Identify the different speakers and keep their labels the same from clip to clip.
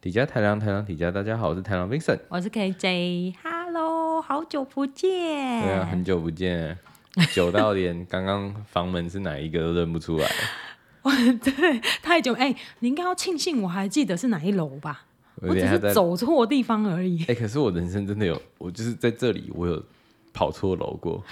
Speaker 1: 底加台郎，台郎底加，大家好，我是台郎 Vincent。
Speaker 2: 我是 KJ，Hello，好久不见。
Speaker 1: 对啊，很久不见，久到连刚刚房门是哪一个都认不 出来。
Speaker 2: 对，太久。哎、你应该要庆幸我还记得是哪一楼吧？我只
Speaker 1: 连还
Speaker 2: 是
Speaker 1: 在
Speaker 2: 走错地方而已。
Speaker 1: 哎、可是我人生真的有，我就是在这里，我有跑错楼过。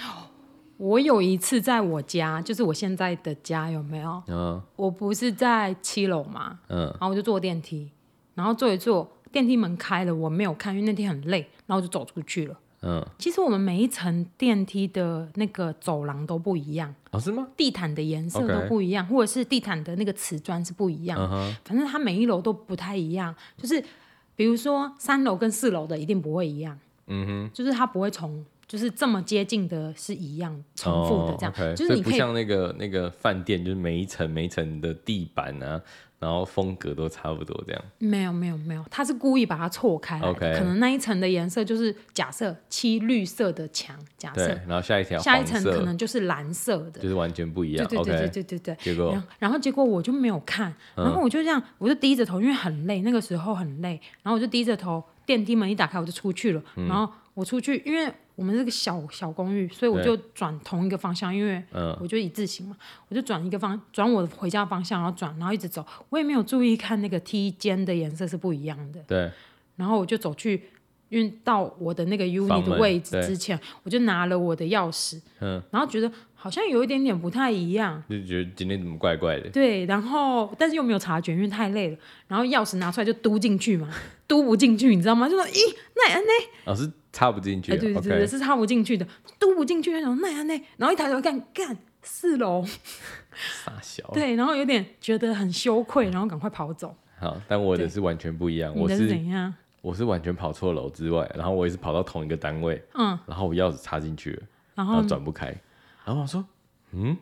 Speaker 2: 我有一次在我家，就是我现在的家，有没有？
Speaker 1: 嗯
Speaker 2: 我不是在七楼嘛，
Speaker 1: 嗯，
Speaker 2: 然后我就坐电梯，然后坐一坐，电梯门开了，我没有看，因为那天很累，然后我就走出去了。
Speaker 1: 嗯，
Speaker 2: 其实我们每一层电梯的那个走廊都不一样，
Speaker 1: 哦，是吗？
Speaker 2: 地毯的颜色
Speaker 1: OK
Speaker 2: 都不一样或者是地毯的那个瓷砖是不一样的
Speaker 1: 嗯哼，
Speaker 2: 反正它每一楼都不太一样，就是比如说三楼跟四楼的一定不会一样，
Speaker 1: 嗯
Speaker 2: 就是它不会重，就是这么接近的是一样
Speaker 1: 哼，
Speaker 2: 重复的这样，
Speaker 1: 哦 o k
Speaker 2: 就
Speaker 1: 所
Speaker 2: 是
Speaker 1: 以
Speaker 2: 你
Speaker 1: 不
Speaker 2: 可以
Speaker 1: 像那个那个饭店，就是每一层每一层的地板啊，然后风格都差不多这样。
Speaker 2: 没有没有没有，它是故意把它错开来的
Speaker 1: OK
Speaker 2: 可能那一层的颜色就是假设漆绿色的墙，假
Speaker 1: 对
Speaker 2: 设，
Speaker 1: 然后下一条
Speaker 2: 下一
Speaker 1: 黄
Speaker 2: 层
Speaker 1: 色，
Speaker 2: 可能就是蓝色的
Speaker 1: 就。是完全不一
Speaker 2: 对
Speaker 1: 样。
Speaker 2: 对对对
Speaker 1: OK，
Speaker 2: 对对对，
Speaker 1: 结果
Speaker 2: 然后然后结果我就没有看，
Speaker 1: 嗯
Speaker 2: 然后我就这样，我就低着头，因为很累，那个时候很累，然后我就低着头，电梯门一打开我就出去了，
Speaker 1: 嗯
Speaker 2: 然后我出去，因为我们是个小小公寓，所以我
Speaker 1: 对
Speaker 2: 就转同一个方向，因为
Speaker 1: 嗯
Speaker 2: 我就一字型嘛，我就转一个方，转我回家的方向，然后转，然后一直走，我也没有注意看那个梯间的颜色是不一样的，
Speaker 1: 对，
Speaker 2: 然后我就走去。因为到我的那个
Speaker 1: 房
Speaker 2: unit 的
Speaker 1: 门
Speaker 2: 位置
Speaker 1: 对
Speaker 2: 之前，我就拿了我的钥匙，
Speaker 1: 嗯，
Speaker 2: 然后觉得好像有一点点不太一样，
Speaker 1: 就觉得今天怎么怪怪的。
Speaker 2: 对，然后但是又没有察觉，因为太累了。然后钥匙拿出来就嘟进去嘛，嘟不进去，你知道吗？就说咦，那也那也，
Speaker 1: 老师哦插不进去、啊
Speaker 2: 哎对对
Speaker 1: o
Speaker 2: 对，
Speaker 1: k
Speaker 2: 是插不进去的，嘟不进去，然后那也那也，然后一抬头看，干四楼，
Speaker 1: 哦傻小。
Speaker 2: 对，然后有点觉得很羞愧，然后赶快跑走。
Speaker 1: 好，但我的是完全不一样，
Speaker 2: 你
Speaker 1: 我
Speaker 2: 的是
Speaker 1: 是
Speaker 2: 怎样？
Speaker 1: 我是完全跑错楼之外，然后我也是跑到同一个单位，
Speaker 2: 嗯，哦
Speaker 1: 然后我钥匙插进去了，
Speaker 2: 然
Speaker 1: 然
Speaker 2: 后
Speaker 1: 后转不开，然后我说，嗯，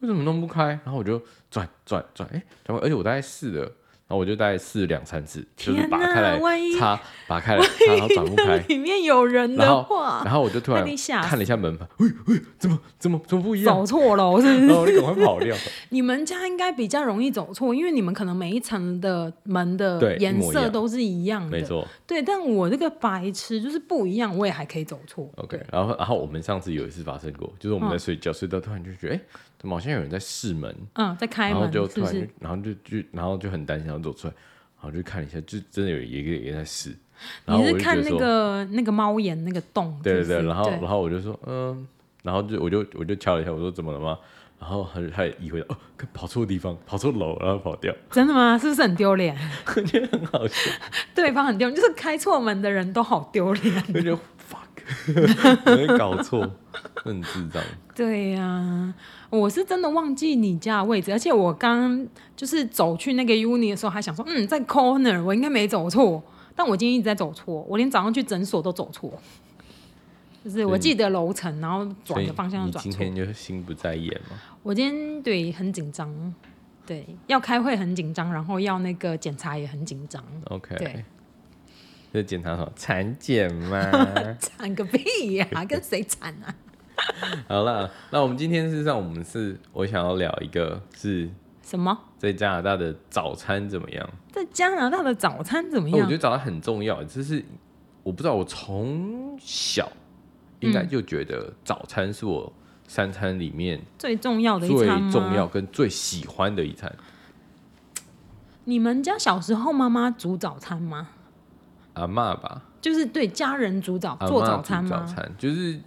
Speaker 1: 为什么弄不开？然后我就转转转，哎、转过，而且我大概试了，然后我就大概试两三次，就是
Speaker 2: 天
Speaker 1: 拔开
Speaker 2: 哪
Speaker 1: 来
Speaker 2: 万一
Speaker 1: 插，拔开来插，然后转不
Speaker 2: 那
Speaker 1: 开，
Speaker 2: 里面有人
Speaker 1: 然
Speaker 2: 的
Speaker 1: 后
Speaker 2: 话，
Speaker 1: 然后我就突
Speaker 2: 那
Speaker 1: 然
Speaker 2: 你吓
Speaker 1: 看了一下门牌，喂喂，怎么怎么怎么不一样？
Speaker 2: 走错楼是不是？
Speaker 1: 然后我就赶快跑 掉。
Speaker 2: 你们家应该比较容易走错，因为你们可能每一层的门
Speaker 1: 对
Speaker 2: 的
Speaker 1: 一
Speaker 2: 颜
Speaker 1: 模一
Speaker 2: 色
Speaker 1: 样
Speaker 2: 都是一样的。
Speaker 1: 没错
Speaker 2: 对，但我这个白痴就是不一样，我也还可以走错。
Speaker 1: ，OK。然后，然后我们上次有一次发生过，就是我们在睡觉，睡到突然就觉得，哎、怎么好像有人在试门？
Speaker 2: 嗯，再开
Speaker 1: 然后
Speaker 2: 门
Speaker 1: 就是突
Speaker 2: 不
Speaker 1: 然就，
Speaker 2: 是？
Speaker 1: 然后就就然后就很担心，然后走出来，然后就看了一下，就真的有一个人在试。然后
Speaker 2: 你
Speaker 1: 我
Speaker 2: 是
Speaker 1: 就觉
Speaker 2: 看
Speaker 1: 得
Speaker 2: 那
Speaker 1: 说，
Speaker 2: 个那个猫眼那个洞？
Speaker 1: 对对
Speaker 2: 是不是
Speaker 1: 对，然后然
Speaker 2: 对
Speaker 1: 后我就说，嗯，然后就我就我就敲了一下，我说怎么了吗？然后他就他也意会到，哦，跑错地方，跑错楼，然后跑掉，
Speaker 2: 真的吗？是不是很丢脸？
Speaker 1: 很好笑，
Speaker 2: 对方很丢脸，就是开错门的人都好丢脸。
Speaker 1: 我就觉得 fuck，有 没有搞错，很智障。
Speaker 2: 对呀、我是真的忘记你家的位置，而且我刚就是走去那个 uni 的时候，还想说，嗯，在 corner，我应该没走错，但我今天一直在走错，我连早上去诊所都走错，就是
Speaker 1: 所以
Speaker 2: 我
Speaker 1: 你
Speaker 2: 记得楼层，然后
Speaker 1: 所
Speaker 2: 转
Speaker 1: 以
Speaker 2: 的方向
Speaker 1: 你
Speaker 2: 都转
Speaker 1: 今
Speaker 2: 错。
Speaker 1: 天就是心不在焉嘛。
Speaker 2: 我今天对很紧张，对，要开会很紧张，然后要那个检查也很紧张，
Speaker 1: OK，
Speaker 2: 对，？
Speaker 1: 这检查什么？产检吗
Speaker 2: 惨个屁呀、跟谁惨啊？
Speaker 1: 好啦，那我们今天事实上我们是，我想要聊一个是
Speaker 2: 什么？
Speaker 1: 在加拿大的早餐怎么样？
Speaker 2: 在加拿大的早餐怎么
Speaker 1: 哦那我
Speaker 2: 样？
Speaker 1: 觉得早餐很重要，就是我不知道我从小应
Speaker 2: 嗯
Speaker 1: 该就觉得早餐是我三餐里面
Speaker 2: 最重要的
Speaker 1: 最
Speaker 2: 一餐吗
Speaker 1: 重要跟最喜欢的一餐。
Speaker 2: 你们家小时候妈妈煮早餐吗？
Speaker 1: 阿嬷吧，
Speaker 2: 就是对家人煮早
Speaker 1: 阿
Speaker 2: 做
Speaker 1: 嬷
Speaker 2: 早
Speaker 1: 啊煮
Speaker 2: 餐
Speaker 1: 早
Speaker 2: 吗？
Speaker 1: 餐就是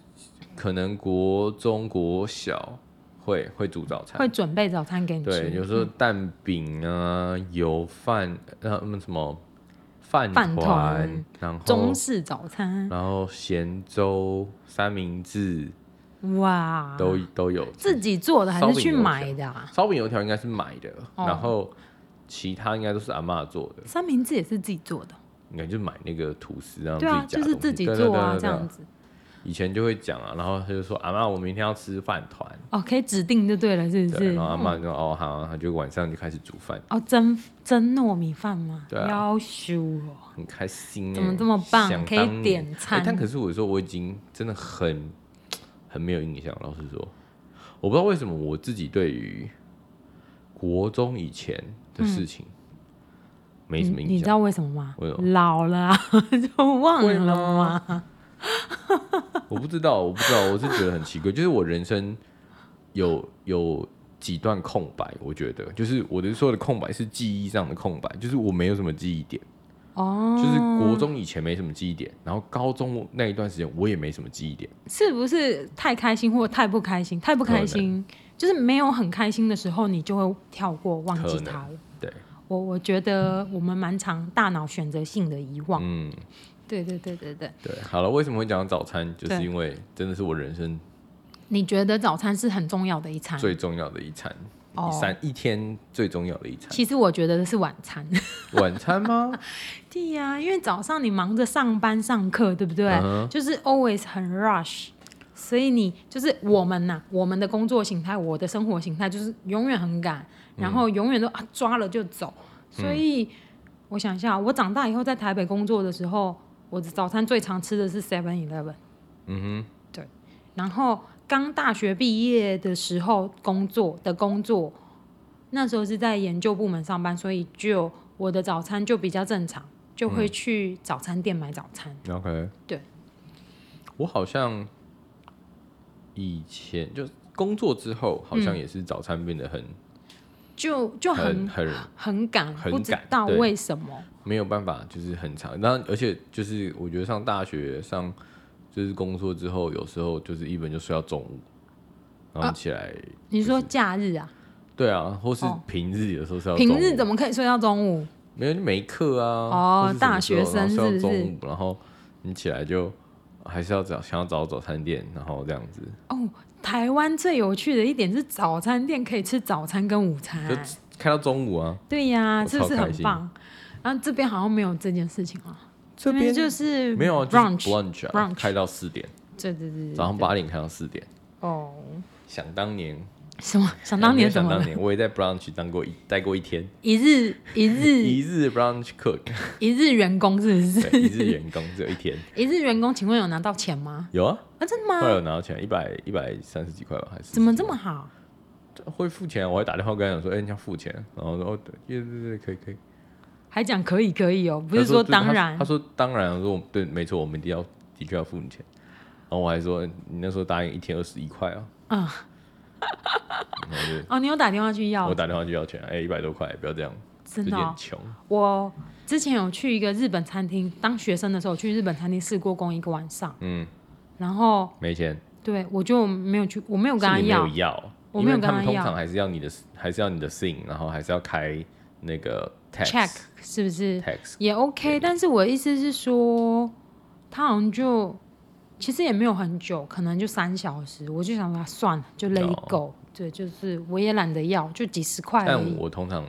Speaker 1: 可能国中国小会会煮早餐，
Speaker 2: 会准备早餐给你
Speaker 1: 对，有
Speaker 2: 吃。
Speaker 1: 时候蛋饼啊、油饭，呃，嗯什么饭
Speaker 2: 饭
Speaker 1: 团
Speaker 2: 团，
Speaker 1: 然后
Speaker 2: 中式早餐，
Speaker 1: 然后咸粥、三明治
Speaker 2: 哇，
Speaker 1: 都都有吃。
Speaker 2: 自己做的还
Speaker 1: 烧
Speaker 2: 是
Speaker 1: 饼
Speaker 2: 去
Speaker 1: 油条
Speaker 2: 买的、啊？
Speaker 1: 烧饼油条应该是买的，
Speaker 2: 哦
Speaker 1: 然后其他应该都是阿嬷做的，
Speaker 2: 三明治也是自己做的，
Speaker 1: 应该就买那个吐司然后
Speaker 2: 对啊，
Speaker 1: 自己夹东
Speaker 2: 就是
Speaker 1: 西
Speaker 2: 自己
Speaker 1: 对对
Speaker 2: 做啊，
Speaker 1: 对对
Speaker 2: 这
Speaker 1: 对
Speaker 2: 样子。
Speaker 1: 以前就会讲啊，然后他就说阿嬷，我明天要吃饭团，
Speaker 2: 哦，可以指定就对了，是不
Speaker 1: 对，
Speaker 2: 是？
Speaker 1: 然后阿
Speaker 2: 哦
Speaker 1: 嬷就说哦好，他就晚上就开始煮饭，
Speaker 2: 哦，蒸蒸糯米饭吗？
Speaker 1: 对啊
Speaker 2: 要修哦，
Speaker 1: 很开心欸，
Speaker 2: 怎么这么棒
Speaker 1: 想
Speaker 2: 可以
Speaker 1: 当年
Speaker 2: 点
Speaker 1: 欸
Speaker 2: 餐
Speaker 1: 但可是我说我已经真的很很没有印象，老实说，我不知道为什么我自己对于国中以前的事情，没什么
Speaker 2: 嗯你
Speaker 1: 印
Speaker 2: 你知
Speaker 1: 象。
Speaker 2: 道为什么吗
Speaker 1: 为什？么
Speaker 2: 老了、啊、 就忘
Speaker 1: 会
Speaker 2: 了
Speaker 1: 吗
Speaker 2: 嘛。
Speaker 1: 我不知道，我不知道，我是觉得很奇怪，就是我人生有有几段空白，我觉得就是我的所有的空白是记忆上的空白，就是我没有什么记忆点，
Speaker 2: 哦，
Speaker 1: 就是国中以前没什么记忆点，然后高中那一段时间我也没什么记忆点，
Speaker 2: 是不是太开心或太不开心？太不开心就是没有很开心的时候，你就会跳过忘记
Speaker 1: 可能
Speaker 2: 它了。
Speaker 1: 对，
Speaker 2: 我我觉得我们蛮常大脑选择性的遗忘。
Speaker 1: 嗯，
Speaker 2: 对对对对对，
Speaker 1: 对，好了，为什么会讲早餐？就是
Speaker 2: 对嗯
Speaker 1: 因为真的是我人生
Speaker 2: 你觉得早餐是很重要的一餐？
Speaker 1: 最重要的一餐，
Speaker 2: 哦
Speaker 1: 一餐一天最重要的一餐，
Speaker 2: 其实我觉得是晚餐。
Speaker 1: 晚餐吗？
Speaker 2: 对呀、因为早上你忙着上班上课，对不 对
Speaker 1: 嗯哼
Speaker 2: 就是 always 很 rush，所以你就是我们呐、我们的工作形态，我的生活形态就是永远很赶，
Speaker 1: 嗯
Speaker 2: 然后永远都啊抓了就走。所以、我想一下，我长大以后在台北工作的时候，我的早餐最常吃的是 Seven Eleven，
Speaker 1: 嗯哼，
Speaker 2: 然后刚大学毕业的时候工作的工作，那时候是在研究部门上班，所以就我的早餐就比较正常，就
Speaker 1: 嗯
Speaker 2: 会去早餐店买早餐。
Speaker 1: OK，
Speaker 2: 对，
Speaker 1: 我好像以前就工作之后，好像也是早餐变得很、
Speaker 2: 就嗯就
Speaker 1: 很
Speaker 2: 很
Speaker 1: 很
Speaker 2: 很赶，
Speaker 1: 很
Speaker 2: 不知
Speaker 1: 赶
Speaker 2: 道
Speaker 1: 对
Speaker 2: 为什么。
Speaker 1: 没有办法，就是很长。然后而且就是我觉得上大学上就是工作之后，有时候就是一本就睡到中午，然
Speaker 2: 啊
Speaker 1: 后起来、
Speaker 2: 你说假日啊，
Speaker 1: 对啊，或是
Speaker 2: 哦
Speaker 1: 平日有时候睡到中午，
Speaker 2: 平日怎么可以睡到中午？
Speaker 1: 没有就没课啊。
Speaker 2: 哦
Speaker 1: 或是什么时候
Speaker 2: 大学生
Speaker 1: 然后睡到
Speaker 2: 是不
Speaker 1: 中午，然后你起来就还是要找想要找早餐店，然后这样子。
Speaker 2: 哦，台湾最有趣的一点是早餐店可以吃早餐跟午餐
Speaker 1: 就，开到中午啊，
Speaker 2: 对呀、
Speaker 1: 我
Speaker 2: 是不
Speaker 1: 超
Speaker 2: 是
Speaker 1: 开
Speaker 2: 很
Speaker 1: 心
Speaker 2: 棒？然后这边好像没有这件事情啊，
Speaker 1: 这
Speaker 2: 边就是
Speaker 1: 没有啊，就是
Speaker 2: brunch，
Speaker 1: brunch 啊
Speaker 2: brunch
Speaker 1: 开到四点，
Speaker 2: 对对对对
Speaker 1: 早上八点开到四点。
Speaker 2: 哦，
Speaker 1: 想当年，
Speaker 2: 什么？想当年
Speaker 1: 哎
Speaker 2: 怎
Speaker 1: 想
Speaker 2: 么
Speaker 1: 当
Speaker 2: 了？
Speaker 1: 年，我也在 brunch 当过一待过一天，
Speaker 2: 一 日一日
Speaker 1: 一日 brunch cook，
Speaker 2: 一日员工是不是？
Speaker 1: 对，一日员工只有一天。
Speaker 2: 一日员工，请问有拿到钱吗？
Speaker 1: 有啊，
Speaker 2: 啊，真的
Speaker 1: 后来
Speaker 2: 吗？
Speaker 1: 有拿到钱，一百一百三十几块吧，还是
Speaker 2: 怎么这
Speaker 1: 40
Speaker 2: 么好？
Speaker 1: 几块会付钱？我还打电话跟他讲说，哎，你要付钱，然后说哦，对对对对，可以可以。
Speaker 2: 还讲可以可以哦，不
Speaker 1: 他
Speaker 2: 是说
Speaker 1: 对
Speaker 2: 当
Speaker 1: 他
Speaker 2: 然
Speaker 1: 他说当然，我说我对，没错，我们一定要的确要付你钱。然后我还说，你那时候答应一天二十一块啊，
Speaker 2: 啊
Speaker 1: 然后就
Speaker 2: 哦，你有打电话去要
Speaker 1: 我？打电话就要钱，哎、一百多块，不要这样，
Speaker 2: 真
Speaker 1: 最
Speaker 2: 的
Speaker 1: 近
Speaker 2: 哦
Speaker 1: 很，穷。
Speaker 2: 我之前有去一个日本餐厅，当学生的时候去日本餐厅试过工一个晚上，
Speaker 1: 嗯，
Speaker 2: 然后
Speaker 1: 没钱，
Speaker 2: 对我就没有去，我没有跟他
Speaker 1: 是你没
Speaker 2: 要
Speaker 1: 有，要，
Speaker 2: 我没有
Speaker 1: 因为他
Speaker 2: 跟
Speaker 1: 们
Speaker 2: 他
Speaker 1: 通
Speaker 2: 要
Speaker 1: 常还是要你的，还是要你的 sin，然后还是要开那个 tax
Speaker 2: check 是不是
Speaker 1: tax，
Speaker 2: 也 OK？但是我的意思是说，他好像就其实也没有很久，可能就三小时，我就想说啊算了，就 let it
Speaker 1: 哦
Speaker 2: go。对，就是我也懒得要，就几十块而
Speaker 1: 但
Speaker 2: 已。
Speaker 1: 我通常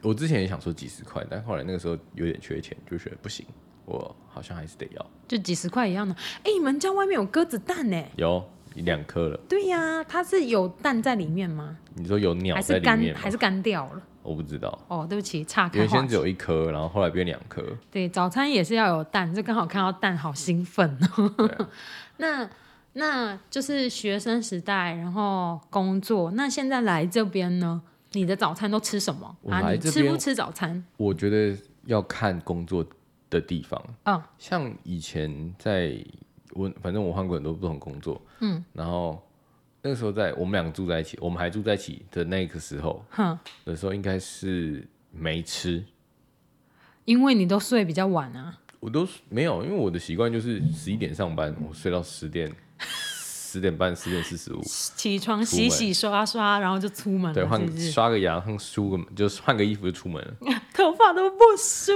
Speaker 1: 我之前也想说几十块，但后来那个时候有点缺钱，就觉得不行，我好像还是得要，
Speaker 2: 就几十块一样的。哎，你们家外面有鸽子蛋呢？
Speaker 1: 有两颗了。
Speaker 2: 对呀、它是有蛋在里面吗？
Speaker 1: 你说有鸟
Speaker 2: 还
Speaker 1: 在
Speaker 2: 是
Speaker 1: 里
Speaker 2: 干
Speaker 1: 面吗？
Speaker 2: 还是干掉了？
Speaker 1: 我不知道，
Speaker 2: 哦，对不起，岔开
Speaker 1: 原
Speaker 2: 话
Speaker 1: 先只
Speaker 2: 题。
Speaker 1: 有一颗，然后后来变两颗。
Speaker 2: 对，早餐也是要有蛋，就刚好看到蛋，好兴奋哦。
Speaker 1: 对啊
Speaker 2: 那那就是学生时代，然后工作，那现在来这边呢？你的早餐都吃什么
Speaker 1: 我
Speaker 2: 啊？
Speaker 1: 来
Speaker 2: 你
Speaker 1: 这
Speaker 2: 吃不
Speaker 1: 边
Speaker 2: 吃早餐？
Speaker 1: 我觉得要看工作的地方，
Speaker 2: 嗯，
Speaker 1: 像以前在我反正我换过很多不同工作，
Speaker 2: 嗯，
Speaker 1: 然后那个时候在我们两个住在一起，我们还住在一起的那个时候
Speaker 2: 哼，
Speaker 1: 的时候，应该是没吃，
Speaker 2: 因为你都睡比较晚啊。
Speaker 1: 我都没有，因为我的习惯就是十一点上班，我睡到十点、十点半、十点四十五，
Speaker 2: 起床
Speaker 1: 出
Speaker 2: 洗
Speaker 1: 门
Speaker 2: 洗刷刷，然后就出门
Speaker 1: 对，
Speaker 2: 了，
Speaker 1: 换
Speaker 2: 是不是？
Speaker 1: 刷个牙、换梳个，就是换个衣服就出门了，
Speaker 2: 头发都不梳，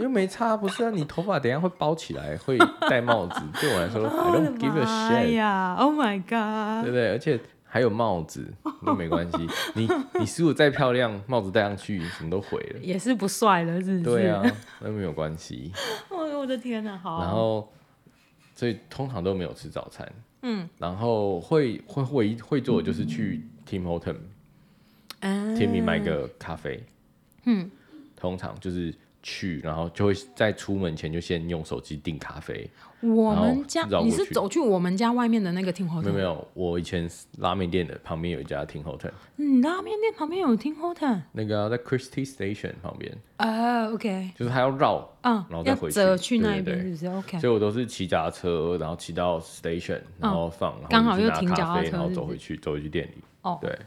Speaker 1: 又没差，不是啊？你头发等一下会包起来，会戴帽子，对我来 说，I
Speaker 2: 哦我的
Speaker 1: don't give a
Speaker 2: 妈
Speaker 1: shit。
Speaker 2: 呀！Oh my god！
Speaker 1: 对不对？而且还有帽子，那没关系。你你梳的再漂亮，帽子戴上去什么都毁了。
Speaker 2: 也是不帅了，是不 是？
Speaker 1: 对啊，那没有关系。
Speaker 2: 哦，我的天哪，好。
Speaker 1: 然后，所以通常都没有吃早餐。
Speaker 2: 嗯，
Speaker 1: 然后会会会会做的就是去 Tim Horton，Timmy、
Speaker 2: 啊嗯
Speaker 1: 买个咖啡。嗯，通常就是去，然后就会在出门前就先用手机订咖啡。
Speaker 2: 我
Speaker 1: 然后
Speaker 2: 们家
Speaker 1: 绕过
Speaker 2: 你是
Speaker 1: 去
Speaker 2: 走去我们家外面的那个听后
Speaker 1: 没有没
Speaker 2: 藤，
Speaker 1: 有，我以前拉面店的旁边有一家听后 t
Speaker 2: 嗯，拉面店旁边有听后藤，
Speaker 1: 那个啊在 Christie Station 旁边，
Speaker 2: 呃，OK，
Speaker 1: 就是他要绕，
Speaker 2: 嗯
Speaker 1: 然后，再
Speaker 2: 要
Speaker 1: 回去
Speaker 2: 折去那
Speaker 1: 对
Speaker 2: 一
Speaker 1: 对
Speaker 2: 边是
Speaker 1: 对
Speaker 2: 不是？OK，
Speaker 1: 所以我都是骑脚踏车，然后骑到 station，然后放，然后
Speaker 2: 嗯刚好
Speaker 1: 就去
Speaker 2: 又
Speaker 1: 拿
Speaker 2: 停脚
Speaker 1: 咖
Speaker 2: 踏
Speaker 1: 啡，
Speaker 2: 车
Speaker 1: 然后
Speaker 2: 是不
Speaker 1: 走回去，走回去店里。
Speaker 2: 哦
Speaker 1: 对。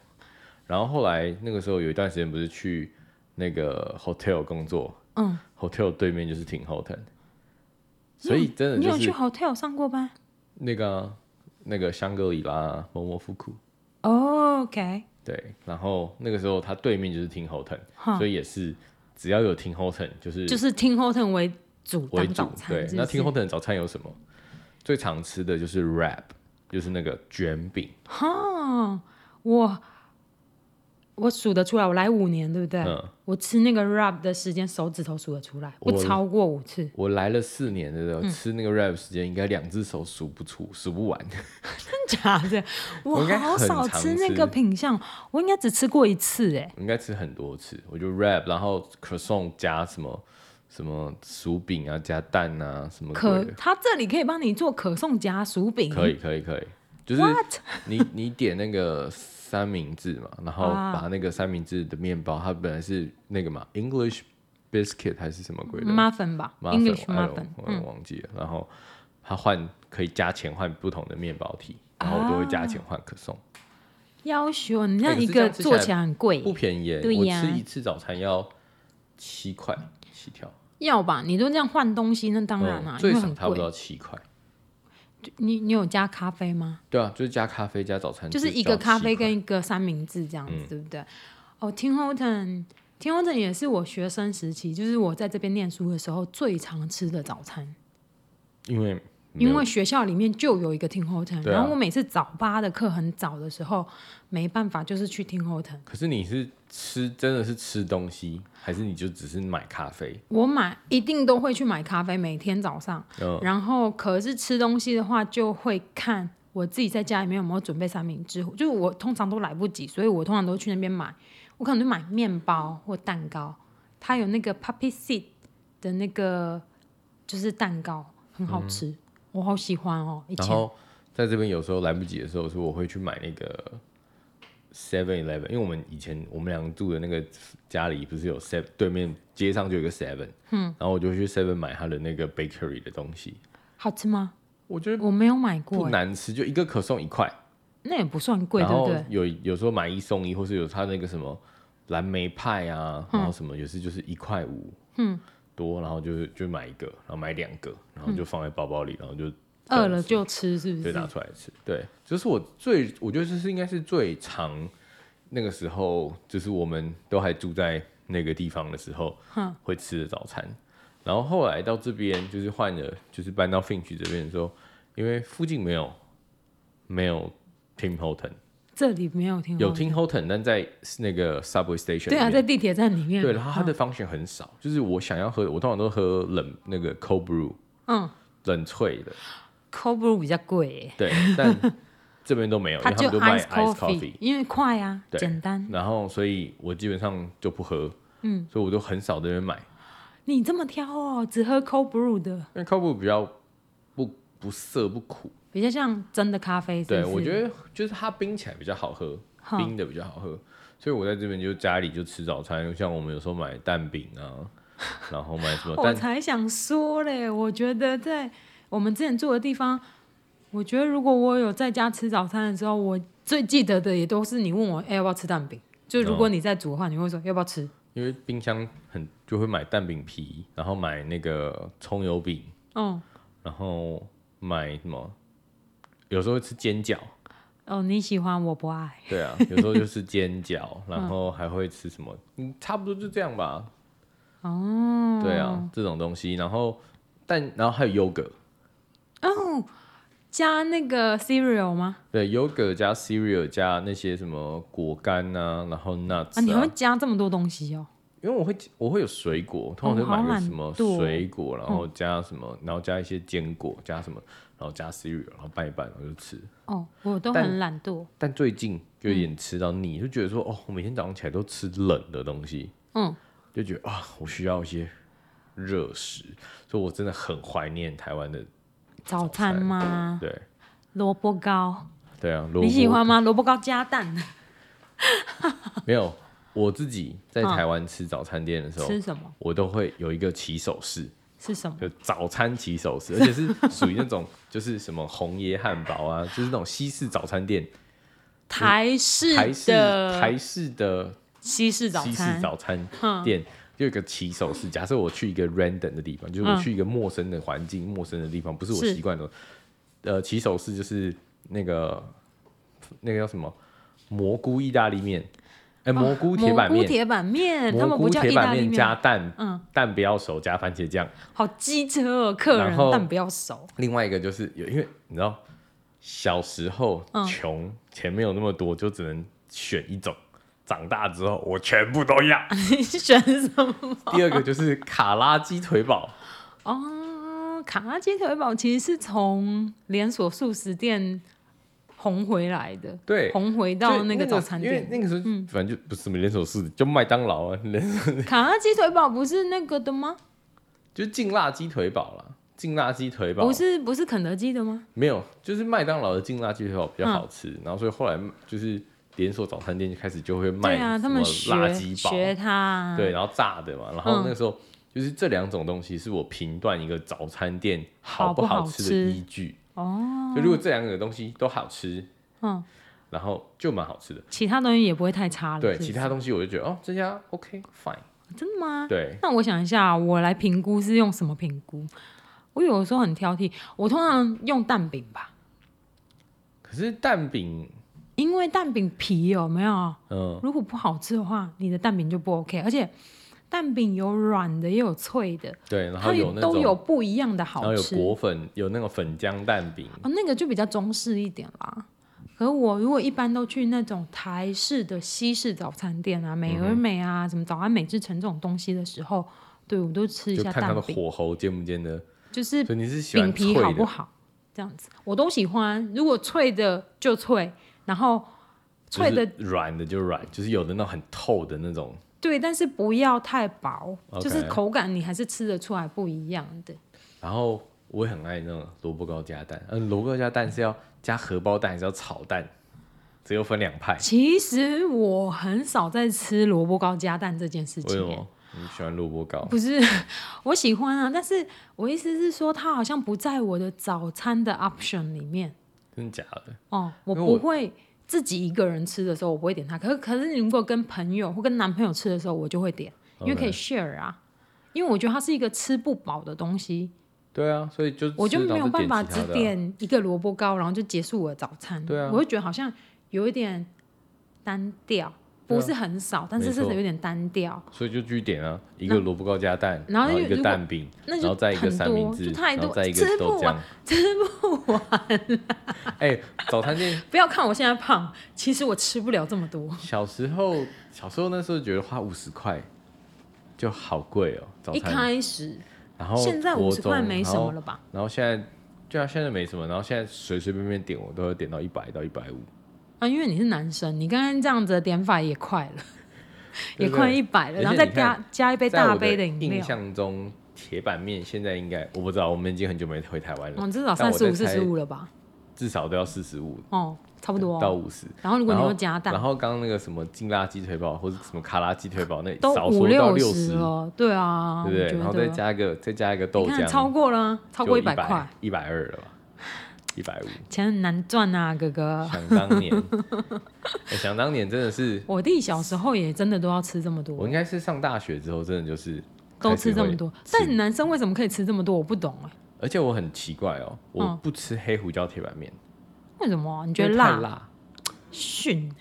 Speaker 1: 然后后来那个时候有一段时间不是去那个 hotel 工作
Speaker 2: 嗯，
Speaker 1: ，hotel 对面就是停后藤，所以真的
Speaker 2: 你有
Speaker 1: 就
Speaker 2: 去
Speaker 1: 是
Speaker 2: hotel 上过班
Speaker 1: 那个啊、那个香格里拉啊某某复库，
Speaker 2: 哦？OK，
Speaker 1: 对。然后那个时候它对面就是停后藤，
Speaker 2: 哈
Speaker 1: 所以也是只要有停后藤就是
Speaker 2: 就是听后藤为主
Speaker 1: 为
Speaker 2: 当
Speaker 1: 主
Speaker 2: 早。餐，
Speaker 1: 对，
Speaker 2: 是不
Speaker 1: 那
Speaker 2: 是
Speaker 1: 听后藤的早餐有什么？最常吃的就是 wrap，就是那个卷饼。
Speaker 2: 哈，我我数得出来，我来五年，对不对？
Speaker 1: 嗯
Speaker 2: 我吃那个 wrap 的时间，手指头数得出来，不
Speaker 1: 我
Speaker 2: 超过五次。
Speaker 1: 我来了四年的，
Speaker 2: 嗯
Speaker 1: 吃那个 wrap 时间应该两只手数不出、数不完。
Speaker 2: 真假的？
Speaker 1: 我应该
Speaker 2: 好
Speaker 1: 很
Speaker 2: 少
Speaker 1: 常
Speaker 2: 吃那个
Speaker 1: 吃
Speaker 2: 品相，我应该只吃过一次哎。
Speaker 1: 我应该吃很多次，我就 wrap，然后 croissant 加什么什么薯饼啊，加蛋啊，什么
Speaker 2: 可
Speaker 1: 鬼的，
Speaker 2: 他这里可以帮你做可颂夹薯饼，
Speaker 1: 可以可以可以，就是你 你点那个三明治嘛，然后
Speaker 2: 啊
Speaker 1: 把那个三明治的面包，它本来是那个嘛 English biscuit 还是什么鬼的
Speaker 2: muffin 吧
Speaker 1: muffin，
Speaker 2: 嗯
Speaker 1: 哎
Speaker 2: ，English
Speaker 1: 我 I don't-
Speaker 2: muffin，嗯
Speaker 1: 我也忘记了。然后它换可以加钱换不同的面包体，然后我都会加钱换可颂。
Speaker 2: 要求你
Speaker 1: 哎可
Speaker 2: 那
Speaker 1: 是
Speaker 2: 一
Speaker 1: 这
Speaker 2: 个
Speaker 1: 样吃起
Speaker 2: 做
Speaker 1: 来
Speaker 2: 起来很贵
Speaker 1: 不，便宜耶，
Speaker 2: 啊对呀
Speaker 1: 我吃一次早餐要七块起跳，
Speaker 2: 要吧？你都这样换东西，那当然
Speaker 1: 嗯
Speaker 2: 啦，因
Speaker 1: 最
Speaker 2: 为
Speaker 1: 少
Speaker 2: 很
Speaker 1: 差不多
Speaker 2: 贵。
Speaker 1: 要七块。
Speaker 2: 你你有加咖啡吗？
Speaker 1: 对啊，就是加咖啡加早餐，
Speaker 2: 就是一
Speaker 1: 要
Speaker 2: 个
Speaker 1: 7
Speaker 2: 咖啡跟
Speaker 1: 块
Speaker 2: 一个三明治这样
Speaker 1: 嗯
Speaker 2: 子，对不对？哦，Tim Horton，Tim Horton 也是我学生时期，就是我在这边念书的时候最常吃的早餐，
Speaker 1: 因为没有
Speaker 2: 因为学校里面就有一个 Tim Horton，、
Speaker 1: 对啊
Speaker 2: 然后我每次早八的课很早的时候，没办法就是去 Tim Horton，
Speaker 1: 可是你是吃真的是吃东西，还是你就只是买咖啡？
Speaker 2: 我买一定都会去买咖啡，每天早上，
Speaker 1: 嗯，
Speaker 2: 然后可是吃东西的话就会看。我自己在家里面有没有准备三明治？就是我通常都来不及，所以我通常都去那边买。我可能就买面包或蛋糕，它有那个 puppy seed 的那个就是蛋糕，很好吃，我好喜欢哦。以
Speaker 1: 嗯然
Speaker 2: 前
Speaker 1: 后在这边有时候来不及的时候，是我会去买那个 Seven Eleven，因为我们以前我们俩住的那个家里不是有 Seven，对面街上就有一个 Seven，嗯，然后我就去 Seven 买它的那个 bakery 的东西，
Speaker 2: 好吃吗？
Speaker 1: 我觉得
Speaker 2: 我没有买
Speaker 1: 不
Speaker 2: 过，欸
Speaker 1: 难吃，就一个可颂一块，
Speaker 2: 那也不算贵，
Speaker 1: 然
Speaker 2: 对不
Speaker 1: 后
Speaker 2: 对？
Speaker 1: 有有时候买一送一，或是有它那个什么蓝莓派啊，
Speaker 2: 嗯
Speaker 1: 然后什么也是就是一块五，嗯，多，然后就就买一个，然后买两个，然
Speaker 2: 嗯
Speaker 1: 后就放在包包里，然后就
Speaker 2: 饿了就吃，是不
Speaker 1: 对，拿
Speaker 2: 是？
Speaker 1: 出来吃。对，就是我最，我觉得这是应该是最长那个时候，就是我们都还住在那个地方的时候，会吃的早餐。然后后来到这边，就是换了，就是搬到 Finch 这边的时候，因为附近没有没有 Tim Horton，
Speaker 2: 这里没有听过。
Speaker 1: 有 Tim Horton，但在那个 Subway Station
Speaker 2: 嗯对
Speaker 1: 里
Speaker 2: 啊，
Speaker 1: 面
Speaker 2: 在地嗯铁站里面。
Speaker 1: 对，然后它的方选很少，就是我想要喝，我通常都喝冷那个 cold brew，
Speaker 2: 嗯
Speaker 1: 冷萃的，
Speaker 2: c o b r e 比较贵耶，
Speaker 1: 对， 但这边都没有，因
Speaker 2: 它
Speaker 1: 为他
Speaker 2: 就
Speaker 1: 们都卖
Speaker 2: ice
Speaker 1: ice coffee，
Speaker 2: 因为快啊，
Speaker 1: 对
Speaker 2: 简单。
Speaker 1: 然后所以我基本上就不喝，嗯，所以我都很少在那边买，
Speaker 2: 你这么挑哦，只喝 cold brew 的，
Speaker 1: 因为 cold brew 比较不不涩不苦，
Speaker 2: 比较像真的咖啡是不
Speaker 1: 对
Speaker 2: 是。
Speaker 1: 我觉得就是它冰起来比较好喝，
Speaker 2: 好
Speaker 1: 冰的比较好喝，所以我在这边就家里就吃早餐，像我们有时候买蛋饼啊，然后买什么
Speaker 2: 我
Speaker 1: 蛋
Speaker 2: 才想说嘞，我觉得在我们之前住的地方，我觉得如果我有在家吃早餐的时候，我最记得的也都是你问我，哎、要不要吃蛋饼？就如果你在煮的话，你会
Speaker 1: 哦
Speaker 2: 说要不要吃？
Speaker 1: 因为冰箱很就会买蛋饼皮，然后买那个葱油饼，
Speaker 2: 哦、
Speaker 1: 然后买什么，有时候会吃煎饺，
Speaker 2: 哦，你喜欢我不爱，
Speaker 1: 对 啊，有时候就吃煎饺，然后还会吃什么，嗯，差不多就这样吧。哦，对啊，这种东西，然后但然后还有 yogurt，
Speaker 2: 加那个 cereal 吗？
Speaker 1: 对，yogurt 加 cereal 加那些什么果干啊，然后 nuts
Speaker 2: 啊，你会加这么多东西哦？
Speaker 1: 因为我会我会有水果，通常
Speaker 2: 哦
Speaker 1: 会买
Speaker 2: 好
Speaker 1: 个
Speaker 2: 懒
Speaker 1: 什么
Speaker 2: 惰
Speaker 1: 水果，然后加什么，然后加一些坚果，加什么，然后加 cereal，然后拌一拌，然后就吃。
Speaker 2: 哦，我都
Speaker 1: 但
Speaker 2: 很懒惰。
Speaker 1: 但最近就有点吃到腻，就觉得说哦，我每天早上起来都吃冷的东西，
Speaker 2: 嗯，
Speaker 1: 就觉得啊，我需要一些热食，所以我真的很怀念台湾的。
Speaker 2: 早餐吗？
Speaker 1: 对
Speaker 2: 萝卜糕，
Speaker 1: 对啊，萝
Speaker 2: 你喜
Speaker 1: 卜
Speaker 2: 欢吗？萝卜糕加蛋，
Speaker 1: 没有？我自己在台湾嗯吃早餐店的时候，
Speaker 2: 吃什么？
Speaker 1: 我都会有一个起手式，
Speaker 2: 是什么？
Speaker 1: 就早餐起手式，而且是属于那种就是什么红椰汉堡啊，就是那种西式早餐店，
Speaker 2: 台式
Speaker 1: 台式
Speaker 2: 的
Speaker 1: 台式的
Speaker 2: 西式早
Speaker 1: 西
Speaker 2: 餐
Speaker 1: 式，早餐店。就有一个起手式，假设我去一个 random 的地方，就是我
Speaker 2: 嗯
Speaker 1: 去一个陌生的环境、陌生的地方，不是我
Speaker 2: 是
Speaker 1: 习惯的。呃，起手式就是那个那个叫什么蘑菇意大利面，哎、蘑菇铁板
Speaker 2: 哦蘑
Speaker 1: 面
Speaker 2: 菇，铁板面，他
Speaker 1: 蘑
Speaker 2: 们不
Speaker 1: 菇
Speaker 2: 叫
Speaker 1: 铁
Speaker 2: 意大
Speaker 1: 板
Speaker 2: 利
Speaker 1: 面加
Speaker 2: 面，
Speaker 1: 蛋，
Speaker 2: 嗯
Speaker 1: 蛋不要熟，加番茄酱。
Speaker 2: 好机车哦，客人
Speaker 1: 然后
Speaker 2: 蛋不要熟，
Speaker 1: 另外一个就是有，因为你知道小时候
Speaker 2: 嗯
Speaker 1: 穷，钱没有那么多，就只能选一种。长大之后，我全部都 要。
Speaker 2: 你选什么？
Speaker 1: 第二个就是卡拉鸡腿 堡，
Speaker 2: 哦，卡拉鸡腿堡其实是从连锁素食店红回来的，
Speaker 1: 对
Speaker 2: 红回到
Speaker 1: 就
Speaker 2: 那个早餐
Speaker 1: 因为
Speaker 2: 店。嗯
Speaker 1: 那个时候反正就不是什么连锁式，就麦当劳啊， 连锁
Speaker 2: 卡拉鸡腿堡不是那个的吗？
Speaker 1: 就劲辣鸡腿堡啦，劲辣鸡腿堡
Speaker 2: 不是不是肯德基的吗？
Speaker 1: 没有，就是麦当劳的劲辣鸡腿堡比较好
Speaker 2: 嗯
Speaker 1: 吃，然后所以后来就是连锁早餐店就开始就会卖
Speaker 2: 对啊，
Speaker 1: 什
Speaker 2: 他
Speaker 1: 么
Speaker 2: 们学
Speaker 1: 辣鸡堡，
Speaker 2: 学他啊，
Speaker 1: 对，然后炸的嘛，然后
Speaker 2: 嗯
Speaker 1: 那时候就是这两种东西是我评断一个早餐店好不
Speaker 2: 好不
Speaker 1: 好
Speaker 2: 好
Speaker 1: 吃的
Speaker 2: 吃
Speaker 1: 依据。
Speaker 2: 哦，
Speaker 1: 就如果这两个东西都好吃，
Speaker 2: 嗯，
Speaker 1: 然后就蛮好吃的。
Speaker 2: 其他东西也不会太差了。
Speaker 1: 对，
Speaker 2: 是不是
Speaker 1: 其他东西我就觉得哦，这家 OK fine。
Speaker 2: 真的吗？
Speaker 1: 对，
Speaker 2: 那我想一下，我来评估是用什么评估？我有的时候很挑剔，我通常用蛋饼吧，
Speaker 1: 可是蛋饼，
Speaker 2: 因为蛋饼皮有没有？
Speaker 1: 嗯，
Speaker 2: 如果不好吃的话，你的蛋饼就不 OK。而且蛋饼有软的，也有脆的，
Speaker 1: 对，然
Speaker 2: 它
Speaker 1: 后
Speaker 2: 也
Speaker 1: 有那
Speaker 2: 都
Speaker 1: 种，
Speaker 2: 有不一样的
Speaker 1: 然后
Speaker 2: 好
Speaker 1: 有
Speaker 2: 吃。
Speaker 1: 果粉，有那种粉浆蛋饼，
Speaker 2: 哦，那个就比较中式一点啦。可我如果一般都去那种台式的西式早餐店啊，美
Speaker 1: 嗯
Speaker 2: 而美啊，什么早安美之城这种东西的时候，对我都吃一
Speaker 1: 就
Speaker 2: 下
Speaker 1: 看它
Speaker 2: 蛋
Speaker 1: 的
Speaker 2: 饼，
Speaker 1: 火候煎不煎的。
Speaker 2: 就是
Speaker 1: 所以你是喜
Speaker 2: 饼
Speaker 1: 欢脆
Speaker 2: 皮好不
Speaker 1: 的，
Speaker 2: 好，这样子我都喜欢。如果脆的就脆，然后脆的、
Speaker 1: 就是软的就软，就是有的那种很透的那种。
Speaker 2: 对，但是不要太薄
Speaker 1: OK
Speaker 2: 就是口感你还是吃得出来不一样的。
Speaker 1: 然后我也很爱那种萝卜糕加蛋，嗯、萝卜糕加蛋是要加荷包蛋还是要炒蛋？这又分两派。
Speaker 2: 其实我很少在吃萝卜糕加蛋这件事
Speaker 1: 为什
Speaker 2: 情耶、
Speaker 1: 么你喜欢萝卜糕？
Speaker 2: 不是我喜欢啊，但是我意思是说，它好像不在我的早餐的 option 里面
Speaker 1: 真的假的？
Speaker 2: 哦、我
Speaker 1: 因为我
Speaker 2: 不会自己一个人吃的时候，我不会点它。可是可是，如果跟朋友或跟男朋友吃的时候，我就会点，因为可以 share 啊。因为我觉得它是一个吃不饱的东西，
Speaker 1: 对啊，所以就
Speaker 2: 我就
Speaker 1: 吃到
Speaker 2: 没有办法
Speaker 1: 点
Speaker 2: 只
Speaker 1: 其他的啊
Speaker 2: 点一个萝卜糕，然后就结束我的早餐。
Speaker 1: 对啊
Speaker 2: 我会觉得好像有一点单调，
Speaker 1: 对啊
Speaker 2: 不是很少，但是
Speaker 1: 没
Speaker 2: 是
Speaker 1: 错
Speaker 2: 有点单调。
Speaker 1: 所以就去点啊，一个萝卜糕加蛋，
Speaker 2: 然
Speaker 1: 然
Speaker 2: 后
Speaker 1: 一
Speaker 2: 如
Speaker 1: 个
Speaker 2: 果
Speaker 1: 蛋饼，
Speaker 2: 那就
Speaker 1: 然后再一个
Speaker 2: 很
Speaker 1: 三明
Speaker 2: 多
Speaker 1: 治，
Speaker 2: 就太
Speaker 1: 然后
Speaker 2: 多
Speaker 1: 再一个
Speaker 2: 吃不
Speaker 1: 豆浆
Speaker 2: 完，
Speaker 1: 吃不完。哎，早餐店
Speaker 2: 不要看我现在胖，其实我吃不了这么多。
Speaker 1: 小时候，小时候那时候觉得花五十块就好贵哦，早
Speaker 2: 一
Speaker 1: 餐。
Speaker 2: 开始，
Speaker 1: 然后
Speaker 2: 现在五
Speaker 1: 国
Speaker 2: 十块
Speaker 1: 中
Speaker 2: 没什么了吧？
Speaker 1: 然后现在，对啊，现在没什么。然后现在随随便便点，我都会点到一百到一百五。
Speaker 2: 啊，因为你是男生，你刚刚这样子的点法也快了，
Speaker 1: 对
Speaker 2: 也
Speaker 1: 不对
Speaker 2: 快一百了，
Speaker 1: 而
Speaker 2: 然
Speaker 1: 且
Speaker 2: 后再
Speaker 1: 你
Speaker 2: 加
Speaker 1: 看
Speaker 2: 加一杯
Speaker 1: 在
Speaker 2: 哎大
Speaker 1: 我
Speaker 2: 杯
Speaker 1: 的
Speaker 2: 饮
Speaker 1: 印
Speaker 2: 料，
Speaker 1: 象中，铁板面现在应该我不知道，我们已经很久没回台湾了，
Speaker 2: 哦，至少
Speaker 1: 但
Speaker 2: 三
Speaker 1: 我
Speaker 2: 十
Speaker 1: 在
Speaker 2: 五、四
Speaker 1: 猜
Speaker 2: 十五了吧？
Speaker 1: 至少都要四十五
Speaker 2: 哦，差不多
Speaker 1: 到
Speaker 2: 哦。
Speaker 1: 五十。
Speaker 2: 然后如果你
Speaker 1: 然
Speaker 2: 又
Speaker 1: 后
Speaker 2: 加
Speaker 1: 然
Speaker 2: 蛋，
Speaker 1: 后刚刚那个什么劲辣鸡腿堡或者什么卡拉鸡腿堡，那
Speaker 2: 都
Speaker 1: 少
Speaker 2: 五
Speaker 1: 说到六
Speaker 2: 十了，对啊，
Speaker 1: 对不对？然后
Speaker 2: 我觉
Speaker 1: 再
Speaker 2: 得
Speaker 1: 加一个再加一个豆
Speaker 2: 你看
Speaker 1: 浆，
Speaker 2: 超过了啊，超过一
Speaker 1: 百
Speaker 2: 百块，，
Speaker 1: 一百二了吧，一百五。
Speaker 2: 钱很难赚啊，哥哥。
Speaker 1: 想当 年，哎想当年真的是，
Speaker 2: 我弟小时候也真的都要吃这么
Speaker 1: 我
Speaker 2: 多
Speaker 1: 应，该是上大学之后，真的就是
Speaker 2: 都
Speaker 1: 开始
Speaker 2: 吃这么
Speaker 1: 会
Speaker 2: 多。
Speaker 1: 吃
Speaker 2: 但男生为什么可以吃这么多？我不懂哎，
Speaker 1: 而且我很奇怪哦，我
Speaker 2: 嗯
Speaker 1: 不吃黑胡椒铁板面，
Speaker 2: 为什么啊？你
Speaker 1: 你
Speaker 2: 觉得
Speaker 1: 辣
Speaker 2: 辣？
Speaker 1: 辣？
Speaker 2: 逊，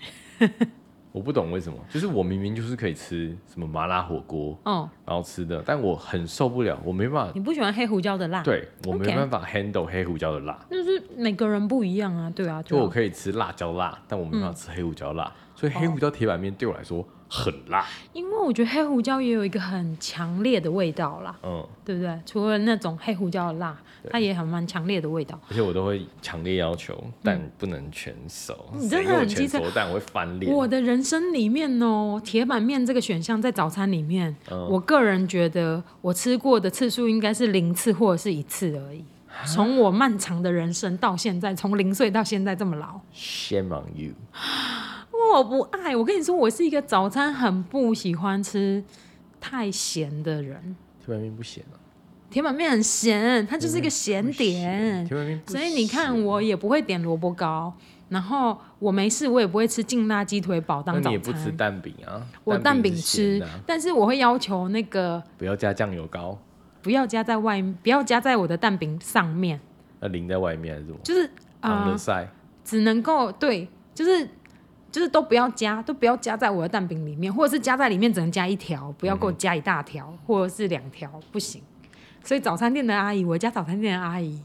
Speaker 1: 我不懂为什么，就是我明明就是可以吃什么麻辣火锅，
Speaker 2: 嗯，
Speaker 1: 然后吃的，但我很受不了，我没办法，
Speaker 2: 你不喜欢黑胡椒的辣，，
Speaker 1: 对我没
Speaker 2: OK
Speaker 1: 办法 handle 黑胡椒的辣。
Speaker 2: 就是每个人不一样啊，对啊，
Speaker 1: 就
Speaker 2: 对
Speaker 1: 我
Speaker 2: 啊，嗯
Speaker 1: 可以吃辣椒辣，但我没办法吃黑胡椒辣，所以黑胡椒铁板面对我来说很辣。
Speaker 2: 因为我觉得黑胡椒也有一个很强烈的味道啦，
Speaker 1: 嗯，
Speaker 2: 对不对？除了那种黑胡椒的辣，它也很蛮强烈的味道。
Speaker 1: 而且我都会强烈要求，但不能全熟。
Speaker 2: 嗯你真
Speaker 1: 谁
Speaker 2: 的
Speaker 1: 给我
Speaker 2: 很
Speaker 1: 全
Speaker 2: 机车
Speaker 1: 熟，但我会翻脸。
Speaker 2: 我的人生里面哦，铁板面这个选项在早餐里面，我个人觉得我吃过的次数应该是零次或者是一次而已。从我漫长的人生到现在，从零岁到现在这么老，
Speaker 1: Shame on you！
Speaker 2: 我不爱。我跟你说，我是一个早餐很不喜欢吃太咸的人。
Speaker 1: 铁板面不咸啊，
Speaker 2: 铁板面很咸，它就是一个咸点。
Speaker 1: 铁板面嗯不
Speaker 2: 所
Speaker 1: 咸。
Speaker 2: 以你看，我也不会点萝卜糕，然后我没事，我也不会吃劲辣鸡腿堡当
Speaker 1: 那
Speaker 2: 早
Speaker 1: 你
Speaker 2: 餐。
Speaker 1: 也不吃蛋饼啊？
Speaker 2: 我蛋饼
Speaker 1: 是
Speaker 2: 吃
Speaker 1: 咸的啊，
Speaker 2: 但是我会要求那个
Speaker 1: 不要加酱油膏，
Speaker 2: 不要加在外，不要加在我的蛋饼上面，
Speaker 1: 要淋在外面还是什么？
Speaker 2: 就是
Speaker 1: 昂
Speaker 2: 啊、
Speaker 1: 的晒，
Speaker 2: 只能够对，就是就是都不要加，都不要加在我的蛋饼里面，或者是加在里面只能加一条，不要给我加一大条、或者是两条，不行。所以早餐店的阿姨，我家早餐店的阿姨，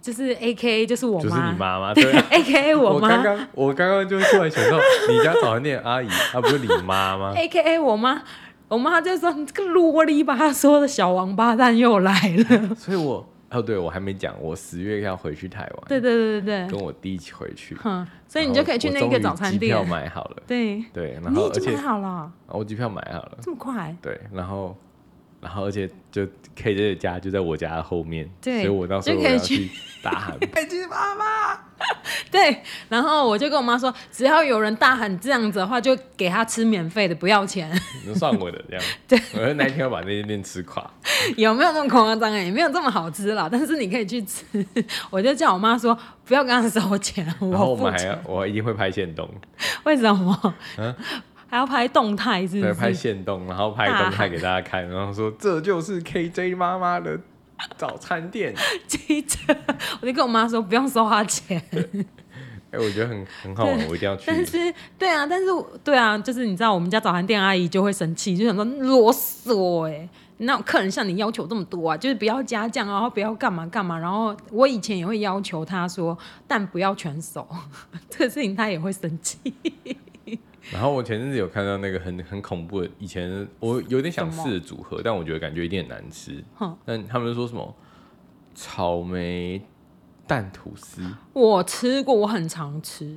Speaker 2: 就是 A K A 就是我
Speaker 1: 就是
Speaker 2: 妈
Speaker 1: 你妈妈对啊。
Speaker 2: ，A K A 我
Speaker 1: 刚
Speaker 2: 妈
Speaker 1: 刚我刚刚就突然想到，你家早餐店阿姨，她不是你妈吗？
Speaker 2: ，A K A 我妈，我妈就说你这个啰里吧嗦的小王八蛋又来了。
Speaker 1: 所以我哦，对我还没讲，我十月要回去台湾，
Speaker 2: 对对对对对，
Speaker 1: 跟我弟一起回去，
Speaker 2: 哼，所
Speaker 1: 所
Speaker 2: 以你就可以去那个早餐
Speaker 1: 机票
Speaker 2: 店。
Speaker 1: 买好了，
Speaker 2: 对，
Speaker 1: 对，然
Speaker 2: 你
Speaker 1: 后
Speaker 2: 已
Speaker 1: 而
Speaker 2: 经
Speaker 1: 且
Speaker 2: 买好了，
Speaker 1: 哦我机票买好了，
Speaker 2: 这么快？
Speaker 1: 对，然后然后而且就 K J 的家就在我家的后面，
Speaker 2: 对
Speaker 1: 所以我到时候
Speaker 2: 就
Speaker 1: 我
Speaker 2: 可以
Speaker 1: 要
Speaker 2: 去
Speaker 1: 去大 喊北京妈妈，
Speaker 2: 对，然后我就跟我妈说，只要有人大喊这样子的话，就给他吃免费的，不要钱。
Speaker 1: 你就算我的这样，对，我那一天要把那间店吃垮，
Speaker 2: 有没有那么夸张啊？也没有这么好吃啦，但是你可以去吃。 我就叫我妈说，不要跟他收钱，
Speaker 1: 然后
Speaker 2: 我
Speaker 1: 我
Speaker 2: 付
Speaker 1: 们还
Speaker 2: 钱。
Speaker 1: 要我一定会拍现动，
Speaker 2: 为什么？ 还要拍动态是
Speaker 1: 对，
Speaker 2: 不
Speaker 1: 拍
Speaker 2: 是？
Speaker 1: 现动，然后拍
Speaker 2: 大
Speaker 1: 动态
Speaker 2: 喊
Speaker 1: 给大家看，然后说这就是 K J 妈妈的早餐 店，
Speaker 2: 记者，我就跟我妈说，不用收他钱。
Speaker 1: 哎，我觉得很很好玩，我一定要去。
Speaker 2: 但是，对啊，但是我对啊，就是你知道，我们家早餐店阿姨就会生气，就想说啰嗦哎、那客人向你要求这么多啊，就是不要加酱，然后不要干嘛干嘛。然后我以前也会要求他说，但不要全熟， 这个事情他也会生气。
Speaker 1: 然后我前阵子有看到那个很很恐怖的，以前我有点想试的组合，但我觉得感觉一定很难吃
Speaker 2: 哼。
Speaker 1: 但他们就说什么草莓蛋吐司，
Speaker 2: 我吃过，我很常吃，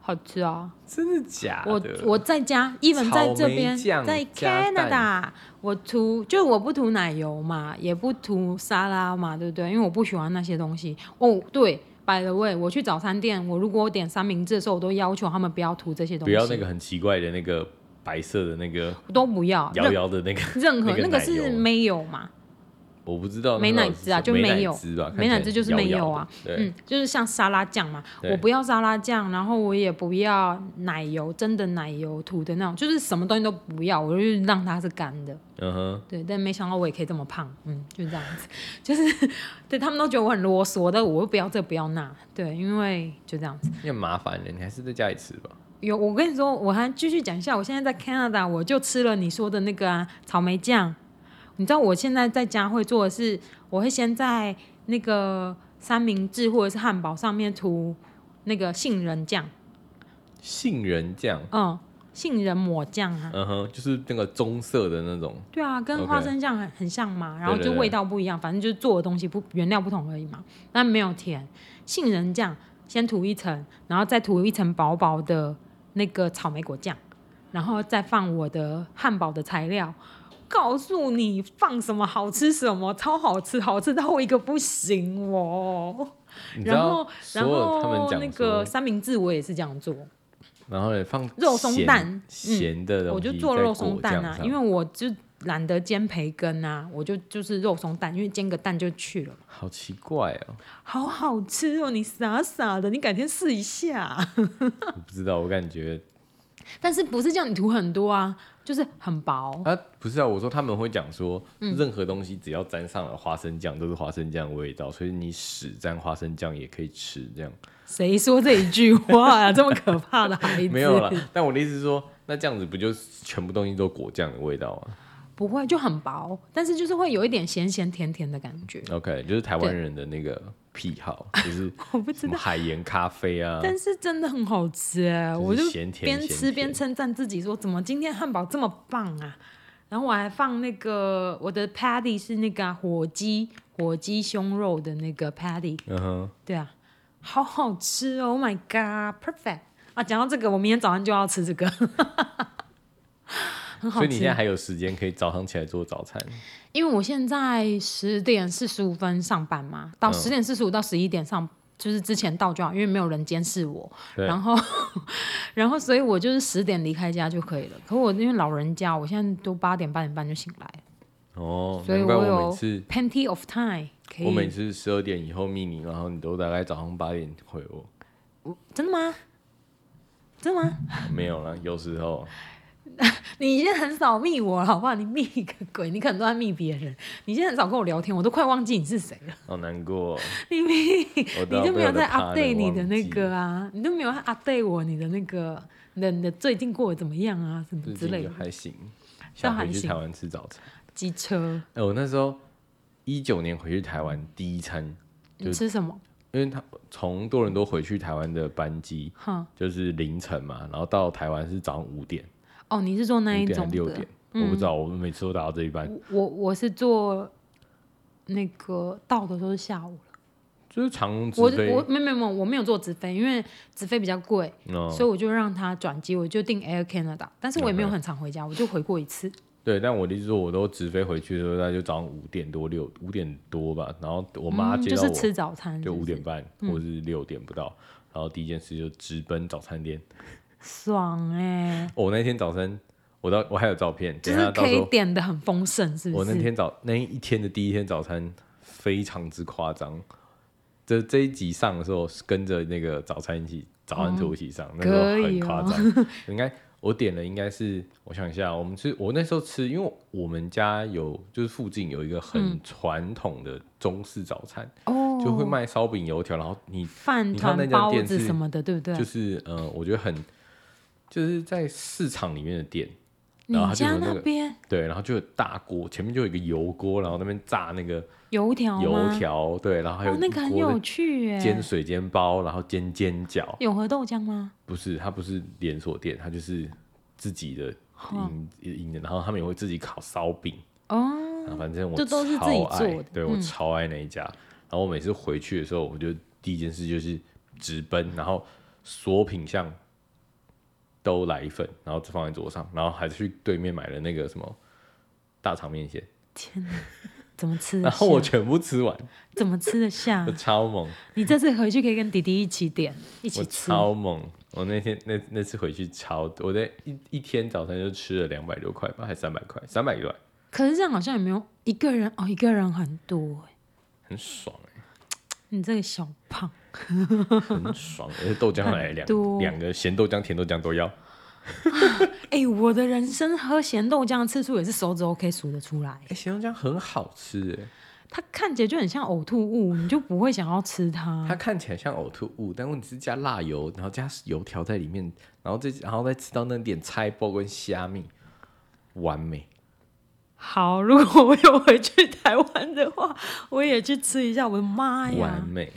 Speaker 2: 好吃啊！
Speaker 1: 真的假的？
Speaker 2: 我我在家，even 在这边，
Speaker 1: 草莓酱
Speaker 2: 在
Speaker 1: 加
Speaker 2: Canada，我涂就我不涂奶油嘛，也不涂沙拉嘛，对不对？因为我不喜欢那些东西。哦，对，by the way，我去早餐店，我如果我点三明治的时候，我都要求他们不要涂这些东
Speaker 1: 不
Speaker 2: 西，
Speaker 1: 要那个很奇怪的那个白色的那个
Speaker 2: 我都不要，
Speaker 1: 摇
Speaker 2: 任
Speaker 1: 摇的那个，
Speaker 2: 任何
Speaker 1: 那个
Speaker 2: 那个
Speaker 1: 奶
Speaker 2: 是
Speaker 1: 油
Speaker 2: 没有嘛，
Speaker 1: 我不知道
Speaker 2: 美
Speaker 1: 那到
Speaker 2: 乃
Speaker 1: 底是
Speaker 2: 滋啊
Speaker 1: 什么
Speaker 2: 就
Speaker 1: 美
Speaker 2: 没
Speaker 1: 乃
Speaker 2: 有
Speaker 1: 滋吧，
Speaker 2: 美乃滋就是没有啊
Speaker 1: 看起来摇摇的。对，
Speaker 2: 嗯，就是像沙拉酱嘛，
Speaker 1: 对
Speaker 2: 我不要沙拉酱，然后我也不要奶油，真的奶油涂的那种，就是什么东西都不要，我就是让它是干的。
Speaker 1: 嗯哼，
Speaker 2: 对，但没想到我也可以这么胖，嗯，就是这样子， 就是对他们都觉得我很啰嗦，但我又不要这不要那，对，因为就这样子。
Speaker 1: 你很麻烦的，你还是在家里吃吧。
Speaker 2: 有我跟你说，我还继续讲一下，我现在在 Canada，我就吃了你说的那个、啊、草莓酱。你知道我现在在家会做的是，我会先在那个三明治或者是汉堡上面涂那个杏仁酱，
Speaker 1: 杏仁酱，
Speaker 2: 嗯，杏仁抹酱啊，
Speaker 1: 嗯哼，就是那个棕色的那种，
Speaker 2: 对啊，跟
Speaker 1: OK
Speaker 2: 花生酱很很像嘛，然后
Speaker 1: 对
Speaker 2: 就
Speaker 1: 对
Speaker 2: 味道不一样，反正就是做的东西不原料不同而已嘛。但没有甜，杏仁酱先涂一层，然后再涂一层薄薄的那个草莓果酱，然后再放我的汉堡的材料。告诉你放什么好吃什么，超好吃，好吃到我一个不行哦。
Speaker 1: 你知
Speaker 2: 然
Speaker 1: 道
Speaker 2: 后，
Speaker 1: 所
Speaker 2: 然
Speaker 1: 有他们
Speaker 2: 后
Speaker 1: 讲
Speaker 2: 那
Speaker 1: 说
Speaker 2: 个三明治我也是这样做。
Speaker 1: 然后也放
Speaker 2: 肉松
Speaker 1: 咸
Speaker 2: 蛋嗯
Speaker 1: 咸的东西
Speaker 2: 我就做肉松蛋
Speaker 1: 在果
Speaker 2: 啊
Speaker 1: 酱，上
Speaker 2: 因为我就懒得煎培根啊，我就就是肉松蛋，因为煎个蛋就去了，
Speaker 1: 好奇怪哦，
Speaker 2: 好好吃哦！你傻傻的，你改天试一下。
Speaker 1: 我不知道，我感觉
Speaker 2: 但是不是叫你涂很多啊，就是很薄。
Speaker 1: 啊，不是啊，我说他们会讲说，
Speaker 2: 嗯
Speaker 1: 任何东西只要沾上了花生酱，都是花生酱的味道，所以你屎沾花生酱也可以吃， 这样
Speaker 2: 谁说这一句话啊？这么可怕的孩子？
Speaker 1: 没有啦，但我的意思是说，那这样子不就是全部东西都果酱的味道啊？
Speaker 2: 不会，就很薄，但是就是会有一点咸咸甜甜的感觉。
Speaker 1: OK，就是台湾人的那个癖 好，就是
Speaker 2: 我不知
Speaker 1: 什
Speaker 2: 道
Speaker 1: 么，海盐咖啡啊，
Speaker 2: 但是真的很好吃哎、
Speaker 1: 就是
Speaker 2: 我就
Speaker 1: 咸甜
Speaker 2: 边
Speaker 1: 咸
Speaker 2: 吃边
Speaker 1: 甜
Speaker 2: 称赞自己说，怎么今天汉堡这么棒啊！然后我还放那个我的 patty 是那个啊、火鸡火鸡胸肉的那个 patty，
Speaker 1: 嗯哼，
Speaker 2: 对啊，好好吃哦！Oh my god，perfect 啊！讲到这个，我明天早上就要吃这个， 很好
Speaker 1: 所以你
Speaker 2: 吃
Speaker 1: 现。在还有时间可以早上起来做早餐，
Speaker 2: 因为我现在十点四十五分上班嘛，到
Speaker 1: 嗯
Speaker 2: 十点四十五到十一点上，就是之前到就好，因为没有人监视我。
Speaker 1: 对
Speaker 2: 然后， 然后，所以我就是十点离开家就可以了。可我因为老人家，我现在都八点八点半就醒来了
Speaker 1: 哦，
Speaker 2: 所以
Speaker 1: 难怪
Speaker 2: 我
Speaker 1: 我
Speaker 2: 有
Speaker 1: 每次
Speaker 2: ，plenty of time 可
Speaker 1: 我每
Speaker 2: 以。
Speaker 1: 次十二点以后密你，然后你都大概早上八点回我，
Speaker 2: 真的吗？真的吗？
Speaker 1: 没有啦，有时候
Speaker 2: 你已经很少密我了，好不好？你密个鬼，你可能都在密别人。你现在很少跟我聊天，我都快忘记你是谁了。
Speaker 1: 好难 过哦，
Speaker 2: 你密，
Speaker 1: 我
Speaker 2: 你
Speaker 1: 都
Speaker 2: 就
Speaker 1: 要
Speaker 2: 没
Speaker 1: 被
Speaker 2: 有
Speaker 1: 我的
Speaker 2: 在
Speaker 1: partner
Speaker 2: update 你的那
Speaker 1: 忘记
Speaker 2: 个啊，你都没有在 update 我你的那个，你的你的最近过得怎么样啊，什么
Speaker 1: 最
Speaker 2: 之
Speaker 1: 近
Speaker 2: 类
Speaker 1: 就
Speaker 2: 的。
Speaker 1: 还行，想
Speaker 2: 还
Speaker 1: 回去
Speaker 2: 行
Speaker 1: 台湾吃早餐。
Speaker 2: 机车，
Speaker 1: 哎、我那时候一九年回去台湾第一餐，
Speaker 2: 你吃什么？
Speaker 1: 因为他从多伦多回去台湾的班机
Speaker 2: 哼，
Speaker 1: 就是凌晨嘛，然后到台湾是早上五点，
Speaker 2: 哦，你是做那
Speaker 1: 五
Speaker 2: 一
Speaker 1: 点还
Speaker 2: 种
Speaker 1: 是
Speaker 2: 的？嗯
Speaker 1: 六点，我不知道，我每次都打到这一班，
Speaker 2: 我我是做那个到的时候是下午了，
Speaker 1: 就是长龙直
Speaker 2: 我
Speaker 1: 飞
Speaker 2: 我，没有没有没有，我没有做直飞，因为直飞比较贵，
Speaker 1: 嗯，
Speaker 2: 所以我就让他转机，我就订 Air Canada，但是我也没有很常回家，我就回过一次。
Speaker 1: 对，但我的意思是说，我都直飞回去的时候，那就早上五点多六五点多吧，然后我
Speaker 2: 我
Speaker 1: 妈接
Speaker 2: 嗯就
Speaker 1: 到
Speaker 2: 是
Speaker 1: 我，
Speaker 2: 吃早餐，
Speaker 1: 就是
Speaker 2: 不
Speaker 1: 五
Speaker 2: 是嗯
Speaker 1: 点半或是六点不到，然后第一件事就直奔早餐店。
Speaker 2: 爽哎、
Speaker 1: 哦我、那天早餐，我到我还有照片，
Speaker 2: 就
Speaker 1: 等一
Speaker 2: 是
Speaker 1: 下到
Speaker 2: 可
Speaker 1: 时
Speaker 2: 以
Speaker 1: 候
Speaker 2: 点的很丰盛，是不
Speaker 1: 我
Speaker 2: 是？
Speaker 1: 那天早那一天的第一天早餐非常之夸张。这这一集上的时候，是跟着那个早餐一起早安图一起上，那时候
Speaker 2: 哦可
Speaker 1: 很
Speaker 2: 以哦
Speaker 1: 夸张。 应该我点了，应该是我想一下，我们吃我那时候吃，因为我们家有就是附近有一个很传统的中式早餐，
Speaker 2: 嗯哦，
Speaker 1: 就会卖烧饼、油条，然后你
Speaker 2: 饭
Speaker 1: 你看那
Speaker 2: 团、
Speaker 1: 家
Speaker 2: 包
Speaker 1: 店
Speaker 2: 子
Speaker 1: 是
Speaker 2: 什么的，对不对？
Speaker 1: 就是呃，我觉得很就是在市场里面的店，
Speaker 2: 你
Speaker 1: 然后它就
Speaker 2: 家
Speaker 1: 有那个
Speaker 2: 边
Speaker 1: 对，然后就有大锅，前面就有一个油锅，然后那边炸那个
Speaker 2: 油条
Speaker 1: 油
Speaker 2: 哦吗？
Speaker 1: 条，对，然后还有
Speaker 2: 哦，那个
Speaker 1: 一
Speaker 2: 很
Speaker 1: 锅
Speaker 2: 有
Speaker 1: 的
Speaker 2: 趣哎、
Speaker 1: 煎水煎包，然后煎煎饺，
Speaker 2: 永和豆浆吗？
Speaker 1: 不是，它不是连锁店，它就是自己的营营的，然后他们也会自己烤烧饼，
Speaker 2: 哦，
Speaker 1: 然啊后反正我
Speaker 2: 这都是自己
Speaker 1: 超爱
Speaker 2: 做的嗯
Speaker 1: 对我超爱那一家。然后我每次回去的时候，我就第一件事就是直奔，然后所有品相都来一份，然后就放在桌上，然后还去对面买了那个什么大肠面线，
Speaker 2: 天哪，怎么吃得
Speaker 1: 然后我
Speaker 2: 下
Speaker 1: 全部吃完，
Speaker 2: 怎么吃得下
Speaker 1: 我？超 猛，
Speaker 2: 你这次回去可以跟弟弟一起点，一
Speaker 1: 我
Speaker 2: 起吃。
Speaker 1: 超猛。我那天那那次回去超，我在一一天早餐就吃了两百多块吧，还三百块，三百多块，
Speaker 2: 可是这样好像也没有一个人哦，一个人很多哎、
Speaker 1: 很爽欸
Speaker 2: 你这个小胖，
Speaker 1: 很爽，而且豆浆来两
Speaker 2: 很多
Speaker 1: 两个咸豆浆、甜豆浆都要。
Speaker 2: 哎、我的人生喝咸豆浆的次数也是手指头可以数得出来
Speaker 1: 哎、。咸豆浆很好吃哎，
Speaker 2: 它看起来就很像呕吐物，你就不会想要吃它。
Speaker 1: 它看起来像呕吐物，但问题是加辣油，然后加油条在里面，然后再然后再吃到那点菜包跟虾米，完美。
Speaker 2: 好，如果我有回去台湾的话，我也去吃一下。我的妈哎呀
Speaker 1: 完，美，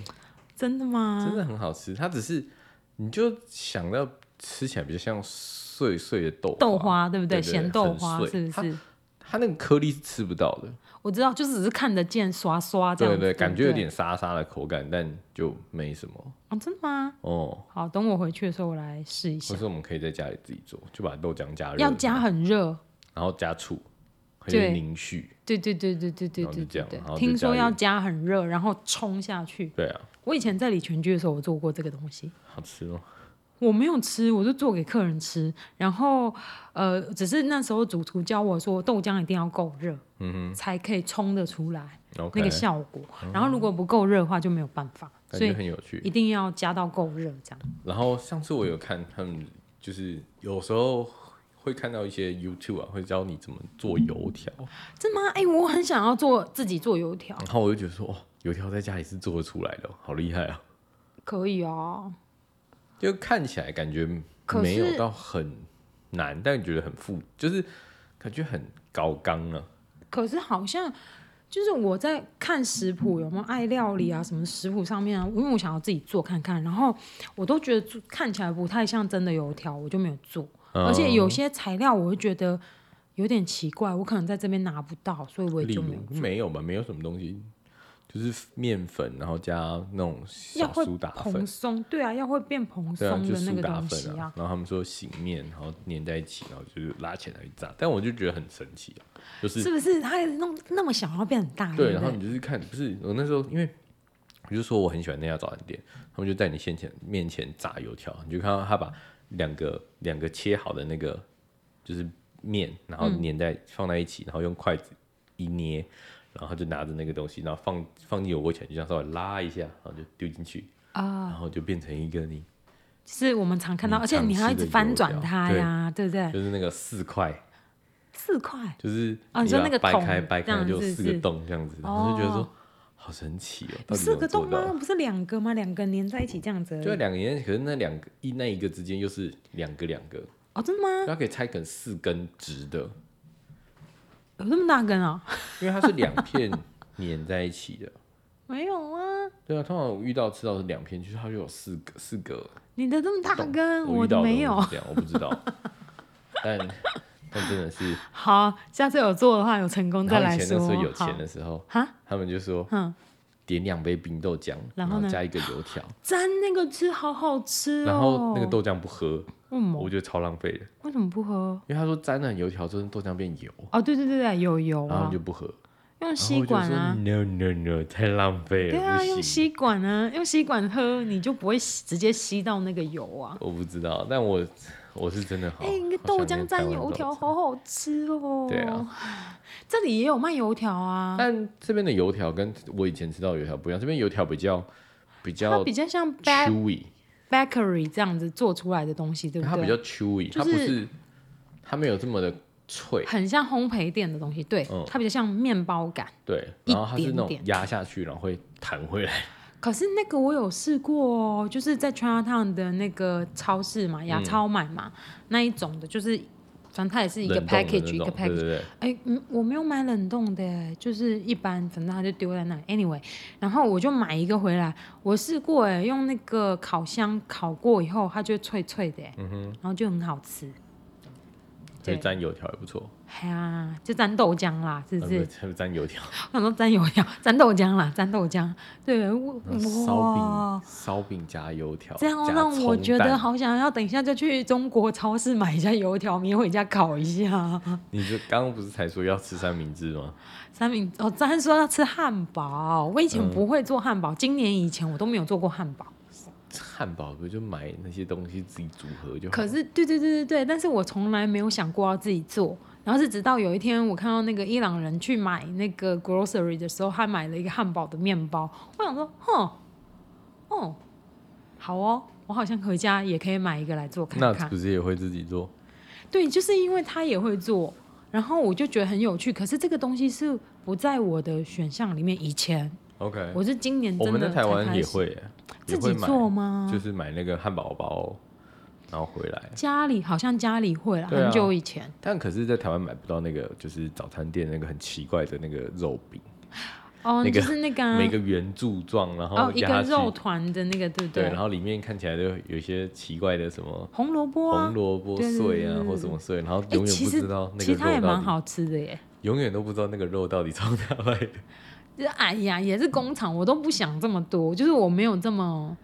Speaker 2: 真的吗？
Speaker 1: 真的很好吃。它只是你就想到吃起来比较像碎碎的豆
Speaker 2: 豆花对不
Speaker 1: 对？对
Speaker 2: 咸豆花
Speaker 1: 很碎
Speaker 2: 是不是
Speaker 1: 它？它那个颗粒是吃不到的，
Speaker 2: 我知道，就只是看得见刷刷这
Speaker 1: 对
Speaker 2: 样
Speaker 1: 对
Speaker 2: 子
Speaker 1: 对，感觉有
Speaker 2: 不
Speaker 1: 点沙沙的口感，但就没什么
Speaker 2: 哦，真的吗？
Speaker 1: 哦。
Speaker 2: 好，等我回去的时候我来试一下
Speaker 1: 或。是我们可以在家里自己做，就把豆浆加热，
Speaker 2: 要加很热，
Speaker 1: 然后加醋，可以
Speaker 2: 对
Speaker 1: 凝蓄。
Speaker 2: 对对对对对对
Speaker 1: 然后就
Speaker 2: 对
Speaker 1: 这
Speaker 2: 对
Speaker 1: 样
Speaker 2: 对
Speaker 1: 然后，就
Speaker 2: 听说
Speaker 1: 加
Speaker 2: 要
Speaker 1: 盐
Speaker 2: 加很热，然后冲下去。
Speaker 1: 对啊，
Speaker 2: 我以前在李全居的时候，我做过这个东西。
Speaker 1: 好吃哦。
Speaker 2: 我没有吃，我就做给客人吃。然后，呃，只是那时候主厨教我说，豆浆一定要够热，嗯才可以冲得出来
Speaker 1: OK，
Speaker 2: 那个效果。然后如果不够热的话，就没有办法，
Speaker 1: 感
Speaker 2: 所
Speaker 1: 觉
Speaker 2: 以
Speaker 1: 很有趣。
Speaker 2: 一定要加到够热这样。
Speaker 1: 然后上次我有看他们，就是有时候会看到一些 YouTube 啊，会教你怎么做油条，
Speaker 2: 真的吗？哎、我很想要做自己做油条，
Speaker 1: 然后我就觉得说，哦，油条在家里是做得出来的哦，好厉害啊！
Speaker 2: 可以啊。
Speaker 1: 就看起来感觉
Speaker 2: 可是
Speaker 1: 没有到很难，但觉得很复，就是感觉很高纲啊。
Speaker 2: 可是好像就是我在看食谱有没有爱料理啊，什么食谱上面啊，因为我想要自己做看看，然后我都觉得做看起来不太像真的油条，我就没有做。
Speaker 1: 嗯
Speaker 2: 而且有些材料我会觉得有点奇怪，我可能在这边拿不到，所以我也
Speaker 1: 例
Speaker 2: 就
Speaker 1: 如
Speaker 2: 没有。
Speaker 1: 没有吧，没有什么东西，就是面粉，然后加那种小
Speaker 2: 要会
Speaker 1: 苏打
Speaker 2: 蓬
Speaker 1: 粉，
Speaker 2: 松，对啊，要会变蓬
Speaker 1: 对啊，
Speaker 2: 松
Speaker 1: 就
Speaker 2: 的那
Speaker 1: 苏
Speaker 2: 个
Speaker 1: 打
Speaker 2: 东西
Speaker 1: 粉啊。然后他们说醒面，然后粘在一起，然后就是拉起来炸，但我就觉得很神奇啊，就是
Speaker 2: 是不是？它弄那么小，然后变很大，
Speaker 1: 对，
Speaker 2: 不
Speaker 1: 然后
Speaker 2: 对
Speaker 1: 你？就是看，不是我那时候，因为我就说我很喜欢那家早餐店，他们就在你先前面前炸油条，你就看到他把两个两个切好的那个就是面，然后粘在、放在一起，然后用筷子一捏，然后他就拿着那个东西，然后放 放进油锅前，就这样稍微拉一下，然后就丢进去啊，然后就变成一个你
Speaker 2: 就是我们常看到，
Speaker 1: 你
Speaker 2: 而且你还要一直翻转它
Speaker 1: 常吃的油
Speaker 2: 呀，对不对？
Speaker 1: 就是那个四块，
Speaker 2: 四块，
Speaker 1: 就是
Speaker 2: 哦你说
Speaker 1: 把
Speaker 2: 那个
Speaker 1: 掰
Speaker 2: 桶
Speaker 1: 开掰
Speaker 2: 这
Speaker 1: 开
Speaker 2: 样
Speaker 1: 就有
Speaker 2: 是
Speaker 1: 四个
Speaker 2: 是
Speaker 1: 洞这样子，然后就觉得说。
Speaker 2: 哦
Speaker 1: 好神奇哦！
Speaker 2: 有
Speaker 1: 到底
Speaker 2: 四
Speaker 1: 怎么
Speaker 2: 个
Speaker 1: 做
Speaker 2: 洞
Speaker 1: 到
Speaker 2: 吗？不是两个吗？两个粘在一起这样子而已。
Speaker 1: 就两个人，可是那两个一那一个之间又是两个两个，
Speaker 2: 哦，真的吗？
Speaker 1: 它可以拆成四根直的，
Speaker 2: 有这么大根啊？
Speaker 1: 因为它是两片粘在一起的。
Speaker 2: 没有啊，
Speaker 1: 对啊，通常我遇到吃到是两片，就是它就有四个四个
Speaker 2: 你的这么大
Speaker 1: 洞。
Speaker 2: 根，
Speaker 1: 我遇
Speaker 2: 的
Speaker 1: 到
Speaker 2: 嗯没有
Speaker 1: 都。是这样，我不知道。但但真 的是，
Speaker 2: 好，下次有做的话，有成功再
Speaker 1: 然后
Speaker 2: 来
Speaker 1: 以前那时
Speaker 2: 说。
Speaker 1: 候有
Speaker 2: 好
Speaker 1: 钱的时候，
Speaker 2: 哈，
Speaker 1: 他们就说
Speaker 2: 嗯，
Speaker 1: 点两杯冰豆浆，
Speaker 2: 然
Speaker 1: 然
Speaker 2: 后呢
Speaker 1: 加一个油条，
Speaker 2: 沾那个汁好好吃哦。
Speaker 1: 然后那个豆浆不喝，
Speaker 2: 为什么
Speaker 1: 我觉得超浪费的，
Speaker 2: 为什么不喝？
Speaker 1: 因为他说沾了油条之后豆浆变油，
Speaker 2: 哦，对对对对，有油
Speaker 1: 然后
Speaker 2: 啊
Speaker 1: 你就，不喝。
Speaker 2: 用
Speaker 1: 然后
Speaker 2: 吸
Speaker 1: 我就
Speaker 2: 管
Speaker 1: 说
Speaker 2: 啊。
Speaker 1: No no no，太浪费了，
Speaker 2: 对啊，
Speaker 1: 不
Speaker 2: 用
Speaker 1: 行。
Speaker 2: 吸管啊，用吸管喝，你就不会吸直接吸到那个油啊。
Speaker 1: 我不知道，但我我是真的好。
Speaker 2: 哎、那个
Speaker 1: 好
Speaker 2: 豆
Speaker 1: 想
Speaker 2: 浆
Speaker 1: 念台
Speaker 2: 沾
Speaker 1: 湾
Speaker 2: 油
Speaker 1: 早
Speaker 2: 条
Speaker 1: 餐，
Speaker 2: 好好吃哦。
Speaker 1: 对啊，
Speaker 2: 这里也有卖油条啊，
Speaker 1: 但这边的油条跟我以前吃到的油条不一样，这边油条比较比
Speaker 2: 它
Speaker 1: 较
Speaker 2: 比较像 ba-
Speaker 1: chewy，
Speaker 2: bakery 这样子做出来的东西，对不
Speaker 1: 它
Speaker 2: 对？
Speaker 1: 比较 chewy，它
Speaker 2: 就
Speaker 1: 不
Speaker 2: 是
Speaker 1: 是它没有这么的脆，
Speaker 2: 很像烘焙店的东西，对，
Speaker 1: 嗯
Speaker 2: 它比较像面包感。
Speaker 1: 对，
Speaker 2: 一
Speaker 1: 然后它是那
Speaker 2: 点
Speaker 1: 种
Speaker 2: 点
Speaker 1: 压下去然后会弹回来，
Speaker 2: 可是那个我有试过哦，就是在 Chinatown 的那个超市
Speaker 1: 嗯
Speaker 2: 嘛，亚超买嘛、那一种的，就是反正它也是一个
Speaker 1: 冷冻的那
Speaker 2: package 一个
Speaker 1: 种对
Speaker 2: package
Speaker 1: 对对，
Speaker 2: 哎、嗯，我没有买冷冻的耶，就是一般，反正它就丢在那里。Anyway，然后我就买一个回来，我试过哎，用那个烤箱烤过以后，它就脆脆的耶，
Speaker 1: 嗯
Speaker 2: 然后就很好吃。
Speaker 1: 所以
Speaker 2: 对，
Speaker 1: 沾油条也不错，
Speaker 2: 哎呀，就沾豆浆啦，是
Speaker 1: 啊
Speaker 2: 不
Speaker 1: 不
Speaker 2: 是？
Speaker 1: 是沾油条，
Speaker 2: 我想说沾油条， 沾豆浆啦，沾豆浆。对，我
Speaker 1: 然后烧
Speaker 2: 哇
Speaker 1: 饼，烧饼加油条，
Speaker 2: 这样
Speaker 1: 加
Speaker 2: 让我
Speaker 1: 葱
Speaker 2: 觉
Speaker 1: 蛋
Speaker 2: 得好想要，等一下就去中国超市买一下油条，明天回家烤一下。
Speaker 1: 你这刚刚不是才说要吃三明治吗？
Speaker 2: 三明哦，咱说要吃汉堡，我以前
Speaker 1: 嗯
Speaker 2: 不会做汉堡，今年以前我都没有做过汉堡。
Speaker 1: 汉堡不就买那些东西自己组合就好？
Speaker 2: 可是，对对对对对，但是我从来没有想过要自己做。然后是直到有一天，我看到那个伊朗人去买那个 grocery 的时候，他买了一个汉堡的面包。我想说，哼，哦，好哦，我好像回家也可以买一个来做看
Speaker 1: 那
Speaker 2: 看。
Speaker 1: 不是也会自己做？
Speaker 2: 对，就是因为他也会做，然后我就觉得很有趣。可是这个东西是不在我的选项里面。以前
Speaker 1: OK，
Speaker 2: 我是今年
Speaker 1: 我
Speaker 2: 真
Speaker 1: 们
Speaker 2: 的
Speaker 1: 在台
Speaker 2: 才
Speaker 1: 湾
Speaker 2: 开
Speaker 1: 也
Speaker 2: 始
Speaker 1: 会耶，也
Speaker 2: 自己
Speaker 1: 会买，
Speaker 2: 做吗？
Speaker 1: 就是买那个汉堡包，然后回来。
Speaker 2: 家里好像家里会了，
Speaker 1: 对啊
Speaker 2: 很久以前
Speaker 1: 但可是，在台湾买不到那个，就是早餐店那个很奇怪的那个肉饼，
Speaker 2: 哦，
Speaker 1: 那个
Speaker 2: 就是那个、啊、
Speaker 1: 每个圆柱状，然后
Speaker 2: 哦一
Speaker 1: 压
Speaker 2: 个
Speaker 1: 下去
Speaker 2: 肉团的那个，对不
Speaker 1: 对，然后里面看起来都有一些奇怪的什么
Speaker 2: 红萝卜啊
Speaker 1: 红，萝卜
Speaker 2: 对对
Speaker 1: 碎
Speaker 2: 对
Speaker 1: 啊
Speaker 2: 对，
Speaker 1: 或什么碎，然后
Speaker 2: 哎
Speaker 1: 永远
Speaker 2: 其
Speaker 1: 不
Speaker 2: 实
Speaker 1: 知道那
Speaker 2: 其
Speaker 1: 个
Speaker 2: 实它也
Speaker 1: 肉
Speaker 2: 蛮
Speaker 1: 到底，
Speaker 2: 好吃的耶。
Speaker 1: 永远都不知道那个肉到底从哪来 的。
Speaker 2: 就是哎呀，也是工厂，我都不想这么多，就是我没有这么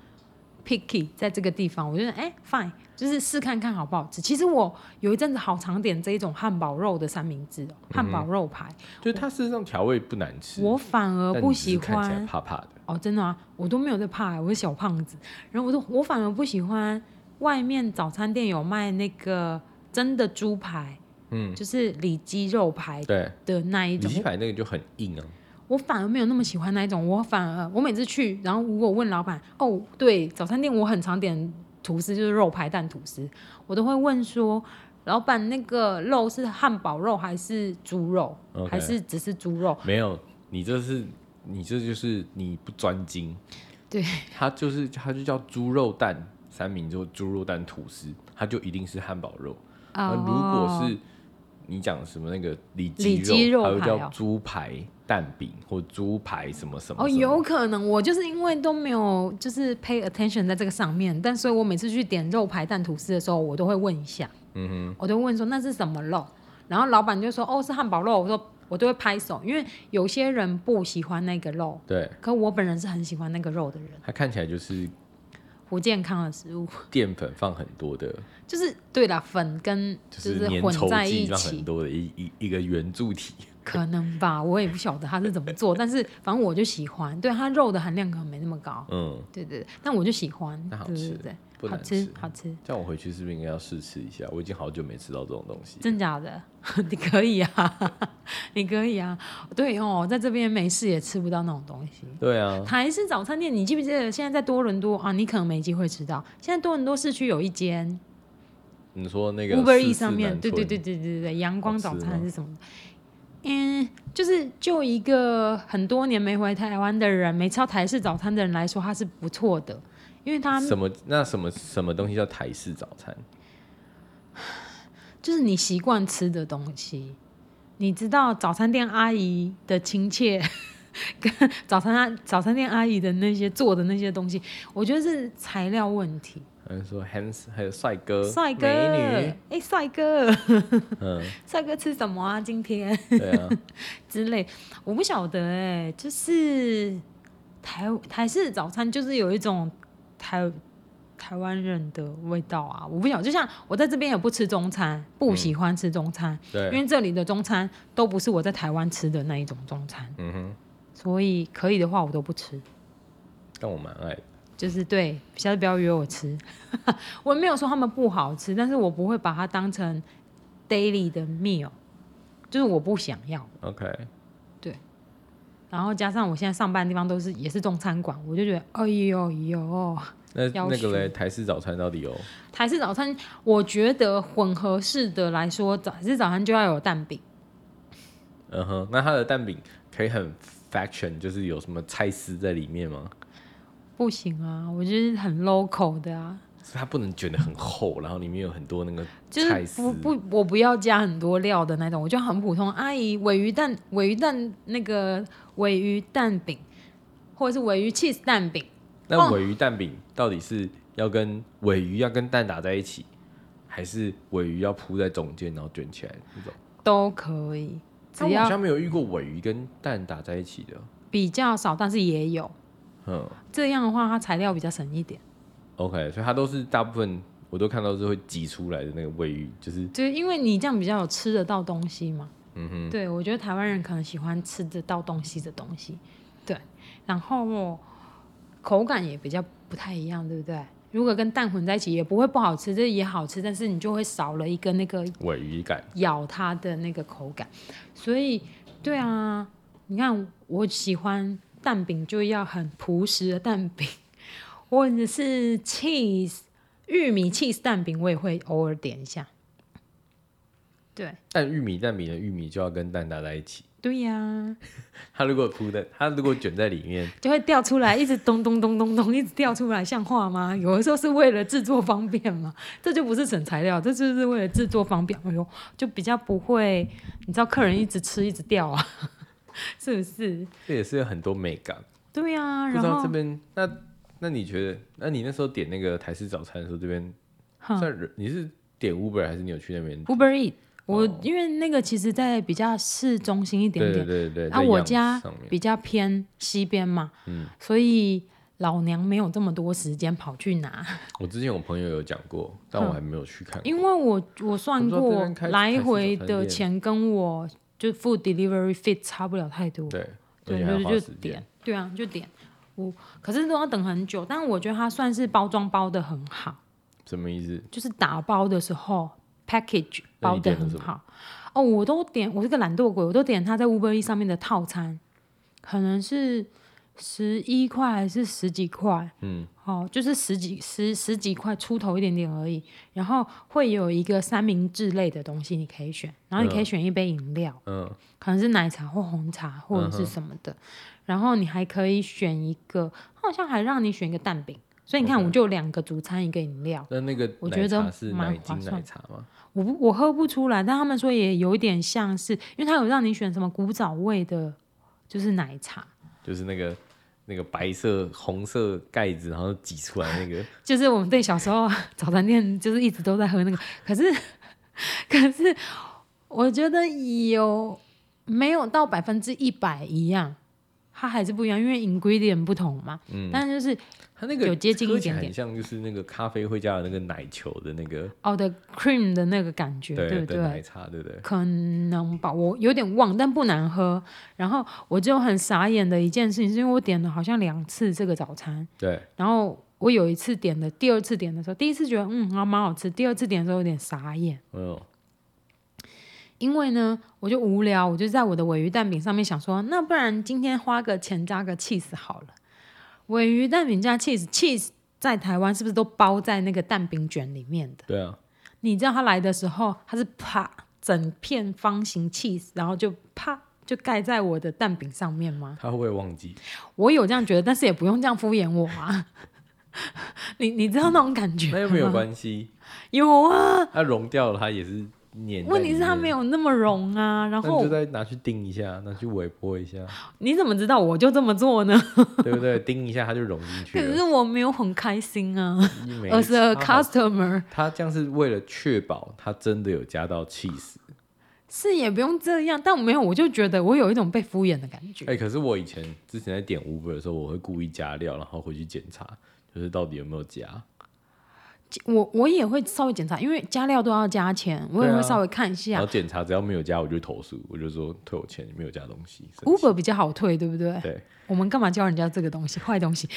Speaker 2: picky 在这个地方，我觉得哎 fine，就是试看看好不好吃。其实我有一阵子好常点这一种汉堡肉的三明治、哦，汉
Speaker 1: 嗯
Speaker 2: 堡肉排，
Speaker 1: 就是它事实上调味不难吃，
Speaker 2: 我反而
Speaker 1: 但
Speaker 2: 不
Speaker 1: 你只
Speaker 2: 喜
Speaker 1: 是看起来
Speaker 2: 欢
Speaker 1: 怕怕的。
Speaker 2: 哦，真的啊，我都没有在怕、我是小胖子。然后我说，我反而不喜欢外面早餐店有卖那个真的猪排，
Speaker 1: 嗯，
Speaker 2: 就是里脊肉排
Speaker 1: 对，
Speaker 2: 的那一
Speaker 1: 里
Speaker 2: 种
Speaker 1: 脊。排那个就很硬啊，
Speaker 2: 我反而没有那么喜欢那一种，我反而我每次去，然后如果问老板，哦，对，早餐店我很常点吐司，就是肉排蛋吐司，我都会问说，老板那个肉是汉堡肉还是猪肉
Speaker 1: OK
Speaker 2: 还是只是猪肉？
Speaker 1: 没有，你这是你这就是你不专精，
Speaker 2: 对，
Speaker 1: 它就是它就叫猪肉蛋三明治、猪肉蛋吐司，它就一定是汉堡肉。
Speaker 2: 啊
Speaker 1: 呃那如果是你讲什么那个里
Speaker 2: 里脊肉
Speaker 1: 还有
Speaker 2: 排
Speaker 1: 叫
Speaker 2: 哦
Speaker 1: 猪排蛋饼或猪排什么什么
Speaker 2: 哦，
Speaker 1: 什么
Speaker 2: 有可能我就是因为都没有就是 pay attention 在这个上面，但所以我每次去点肉排蛋吐司的时候，我都会问一下，嗯哼，我都会问说那是什么肉，然后老板就说哦是汉堡肉，我说我都会拍手，因为有些人不喜欢那个肉，
Speaker 1: 对，
Speaker 2: 可我本人是很喜欢那个肉的人，
Speaker 1: 它看起来就是
Speaker 2: 不健康的食物，
Speaker 1: 淀粉放很多的，
Speaker 2: 就是对啦，粉跟
Speaker 1: 就
Speaker 2: 就是
Speaker 1: 粘
Speaker 2: 混在
Speaker 1: 稠剂
Speaker 2: 一
Speaker 1: 放
Speaker 2: 起
Speaker 1: 很，多的一一一个圆柱体。
Speaker 2: 可能吧，我也不晓得他是怎么做，但是反正我就喜欢，对它肉的含量可能没那么高，
Speaker 1: 嗯，
Speaker 2: 对对对，但我就喜欢，
Speaker 1: 那好
Speaker 2: 对对
Speaker 1: 吃
Speaker 2: 对
Speaker 1: 不
Speaker 2: 对，好
Speaker 1: 难吃
Speaker 2: 吃好吃，
Speaker 1: 这样我回去是不是应该要试吃一下？我已经好久没吃到这种东西。
Speaker 2: 真假的， 你可以啊，你可以啊，对哦，在这边没事也吃不到那种东西。
Speaker 1: 对啊，
Speaker 2: 台式早餐店，你记不记得现在在多伦多啊？你可能没机会吃到，现在多伦多市区有一间
Speaker 1: 你说那个
Speaker 2: Uber
Speaker 1: 四
Speaker 2: E
Speaker 1: 四
Speaker 2: 上面，
Speaker 1: 南
Speaker 2: 对对
Speaker 1: 村
Speaker 2: 对对对对，阳光早餐
Speaker 1: 好吃哦
Speaker 2: 还
Speaker 1: 吗
Speaker 2: 是什么的？嗯，就是就一个很多年没回台湾的人，没吃到台式早餐的人来说，它是不错的，因为它
Speaker 1: 什么那什么什么东西叫台式早餐？
Speaker 2: 就是你习惯吃的东西。你知道早餐店阿姨的亲切， 跟早餐阿早餐店阿姨的那些做的那些东西，我觉得是材料问题。
Speaker 1: 还是说 hands 还有帅哥、
Speaker 2: 帅哥，
Speaker 1: 呃美
Speaker 2: 哎
Speaker 1: 女？、
Speaker 2: 帅哥，
Speaker 1: 嗯，
Speaker 2: 帅哥吃什么啊？今天
Speaker 1: 对啊，
Speaker 2: 之类，我不晓得哎、就是台台式早餐就是有一种台台湾人的味道啊，我不晓得，就像我在这边也不吃中餐，不喜欢吃中餐，因
Speaker 1: 对，
Speaker 2: 为这里的中餐都不是我在台湾吃的那一种中餐，
Speaker 1: 嗯哼，
Speaker 2: 所以可以的话我都不吃。
Speaker 1: 但我蛮爱的。
Speaker 2: 就是对，下次不要约我吃。 我没有说他们不好吃，但是我不会把它当成 daily 的 meal，就是我不想要。
Speaker 1: OK，
Speaker 2: 然后加上我现在上班的地方都是也是中餐馆，我就觉得哎呦呦，
Speaker 1: 那
Speaker 2: 要
Speaker 1: 那个嘞，
Speaker 2: 求
Speaker 1: 台式早餐到底有？
Speaker 2: 台式早餐，我觉得混合式的来说，早台式早餐就要有蛋饼。
Speaker 1: 嗯哼，那它的蛋饼可以很 faction，就是有什么菜丝在里面吗？
Speaker 2: 不行啊，我就是很 local 的啊，
Speaker 1: 是它不能卷得很厚，然后里面有很多那个
Speaker 2: 就是
Speaker 1: 菜丝。
Speaker 2: 不不，我不要加很多料的那种，我就很普通。阿姨，尾鱼蛋、尾鱼蛋那个尾鱼蛋饼，或者是尾鱼 cheese 蛋饼，
Speaker 1: 那
Speaker 2: 哦
Speaker 1: 尾鱼蛋饼到底是要跟尾鱼要跟蛋打在一起，还是尾鱼要铺在中间然后卷起来那种？
Speaker 2: 都可以，只
Speaker 1: 但我好
Speaker 2: 要
Speaker 1: 像没有遇过尾鱼跟蛋打在一起的。
Speaker 2: 比较少，但是也有。
Speaker 1: 嗯
Speaker 2: 这样的话，它材料比较省一点，
Speaker 1: ，OK，所以它都是大部分我都看到是会挤出来的那个尾鱼，就是
Speaker 2: 就是因为你这样比较有吃得到东西嘛。
Speaker 1: 嗯哼，
Speaker 2: 对，我觉得台湾人可能喜欢吃得到东西的东西，对，然后口感也比较不太一样，对不对？如果跟蛋混在一起，也不会不好吃，这也好吃，但是你就会少了一个那个
Speaker 1: 尾鱼感。
Speaker 2: 咬它的那个口感。所以，对啊，你看我喜欢蛋饼就要很朴实的蛋饼， 或者是 cheese 玉米 cheese 蛋饼，我也会偶尔点一下。对，
Speaker 1: 但玉米蛋饼的玉米就要跟蛋打在一起，
Speaker 2: 对呀、
Speaker 1: 它如果铺在它如果卷在里面，
Speaker 2: 就会掉出来，一直咚咚咚咚咚， 一直掉出来，像话吗？有的时候是为了制作方便嘛，这就不是省材料，这就是为了制作方便。哎呦，就比较不会，你知道客人一直吃一直掉啊， 是不是？
Speaker 1: 这也是有很多美感。
Speaker 2: 对啊，
Speaker 1: 不
Speaker 2: 然
Speaker 1: 知道
Speaker 2: 后
Speaker 1: 这边那那你觉得，那你那时候点那个台式早餐的时候，这边
Speaker 2: 哼
Speaker 1: 在人你是点 Uber 还是你有去那边？
Speaker 2: Uber Eat，我、因为那个其实在比较市中心一点
Speaker 1: 对
Speaker 2: 点，
Speaker 1: 对对对，嗯
Speaker 2: 啊，
Speaker 1: 在
Speaker 2: 我
Speaker 1: Yum
Speaker 2: 家
Speaker 1: 上面
Speaker 2: 比较偏西边嘛，所以老娘没有这么多时间跑去拿。
Speaker 1: 我之前我朋友有讲过，但我还没有去看过。
Speaker 2: 嗯因为我我算
Speaker 1: 我不知道这
Speaker 2: 过
Speaker 1: 边开
Speaker 2: 来回的钱跟我就付 delivery fee 差不了太多，
Speaker 1: 对，而
Speaker 2: 对，
Speaker 1: 且还要花
Speaker 2: 就
Speaker 1: 时
Speaker 2: 就
Speaker 1: 间
Speaker 2: 点。，对啊，就点。我可是都要等很久，但我觉得它算是包装包的很好，
Speaker 1: 什么意思？
Speaker 2: 就是打包的时候 package
Speaker 1: 那
Speaker 2: 包
Speaker 1: 你
Speaker 2: 的
Speaker 1: 点了
Speaker 2: 很
Speaker 1: 什么
Speaker 2: 好。哦，我都点，我是个懒惰鬼，我都点它在 Uber E 上面的套餐，可能是十一块还是十几块，
Speaker 1: 嗯，
Speaker 2: 哦，就是十几十十几块出头一点点而已，然后会有一个三明治类的东西你可以选，然后你可以选一杯饮料，
Speaker 1: 嗯，
Speaker 2: 可能是奶茶或红茶或者是什么的，然后你还可以选一个，好像还让你选一个蛋饼，所以你看，
Speaker 1: OK
Speaker 2: 我就有两个主餐，一个饮料，
Speaker 1: 那那个
Speaker 2: 我
Speaker 1: 奶
Speaker 2: 觉得
Speaker 1: 茶是
Speaker 2: 蛮
Speaker 1: 奶精
Speaker 2: 划
Speaker 1: 奶
Speaker 2: 算
Speaker 1: 茶吗？
Speaker 2: 我不我喝不出来，但他们说也有一点像是，因为他有让你选什么古早味的，就是奶茶，
Speaker 1: 就是那个那个白色红色盖子，然后挤出来那个
Speaker 2: 就是我们对小时候 早餐店就是一直都在喝那个，可是可是我觉得有没有到百分之一百一样，它还是不一样，因为 ingredient 不同嘛，嗯，但是就是
Speaker 1: 它那个
Speaker 2: 有接近
Speaker 1: 喝
Speaker 2: 一
Speaker 1: 起来
Speaker 2: 点点
Speaker 1: 很像就是那个咖啡会加的那个奶球的那个
Speaker 2: 哦的 cream 的那个感觉，对
Speaker 1: 的
Speaker 2: 不对
Speaker 1: 奶？茶，对不对？
Speaker 2: 可能吧，我有点忘，但不难喝。然后我就很傻眼的一件事情，是因为我点了好像两次这个早餐，
Speaker 1: 对，
Speaker 2: 然后我有一次点的，第二次点的时候，第一次觉得嗯还蛮好吃，第二次点的时候有点傻眼，
Speaker 1: 嗯，
Speaker 2: 因为呢我就无聊，我就在我的尾鱼蛋饼上面想说，那不然今天花个钱加个 cheese 好了，尾鱼蛋饼加 cheese，cheese 在台湾是不是都包在那个蛋饼卷里面的？
Speaker 1: 对啊，
Speaker 2: 你知道它来的时候，它是啪整片方形 cheese，然后就啪就盖在我的蛋饼上面吗？
Speaker 1: 他会不会忘记？
Speaker 2: 我有这样觉得，但是也不用这样敷衍我啊。 你你知道那种感觉？
Speaker 1: 那又没有。关 系，
Speaker 2: 有啊，
Speaker 1: 它融掉了，它也是黏。
Speaker 2: 问题是它没
Speaker 1: 有，
Speaker 2: 有那么溶啊。然
Speaker 1: 那你
Speaker 2: 后
Speaker 1: 就再拿去叮一下，拿去微波一下，
Speaker 2: 你怎么知道我就这么做呢？
Speaker 1: 对不对？叮一下它就融进去
Speaker 2: 可
Speaker 1: 了。
Speaker 2: 是我没有很开心啊。
Speaker 1: 你每一
Speaker 2: 而是
Speaker 1: 次它好
Speaker 2: customer
Speaker 1: 它这样是为了确保它真的有加到 cheese。
Speaker 2: 是也不用这样，但我没有，我就觉得我有一种被敷衍的感觉。
Speaker 1: 哎、可是我以前之前在点 Uber 的时候，我会故意加料，然后回去检查，就是到底有没有加。
Speaker 2: 我我也会稍微检查，因为加料都要加钱，我也
Speaker 1: 对啊
Speaker 2: 会稍微看一下
Speaker 1: 然后。检查只要没有加，我就投诉，我就说退我钱，你没有加东西。生气
Speaker 2: Uber 比较好退，对不对？
Speaker 1: 对，
Speaker 2: 我们干嘛教人家这个东西， 坏东西？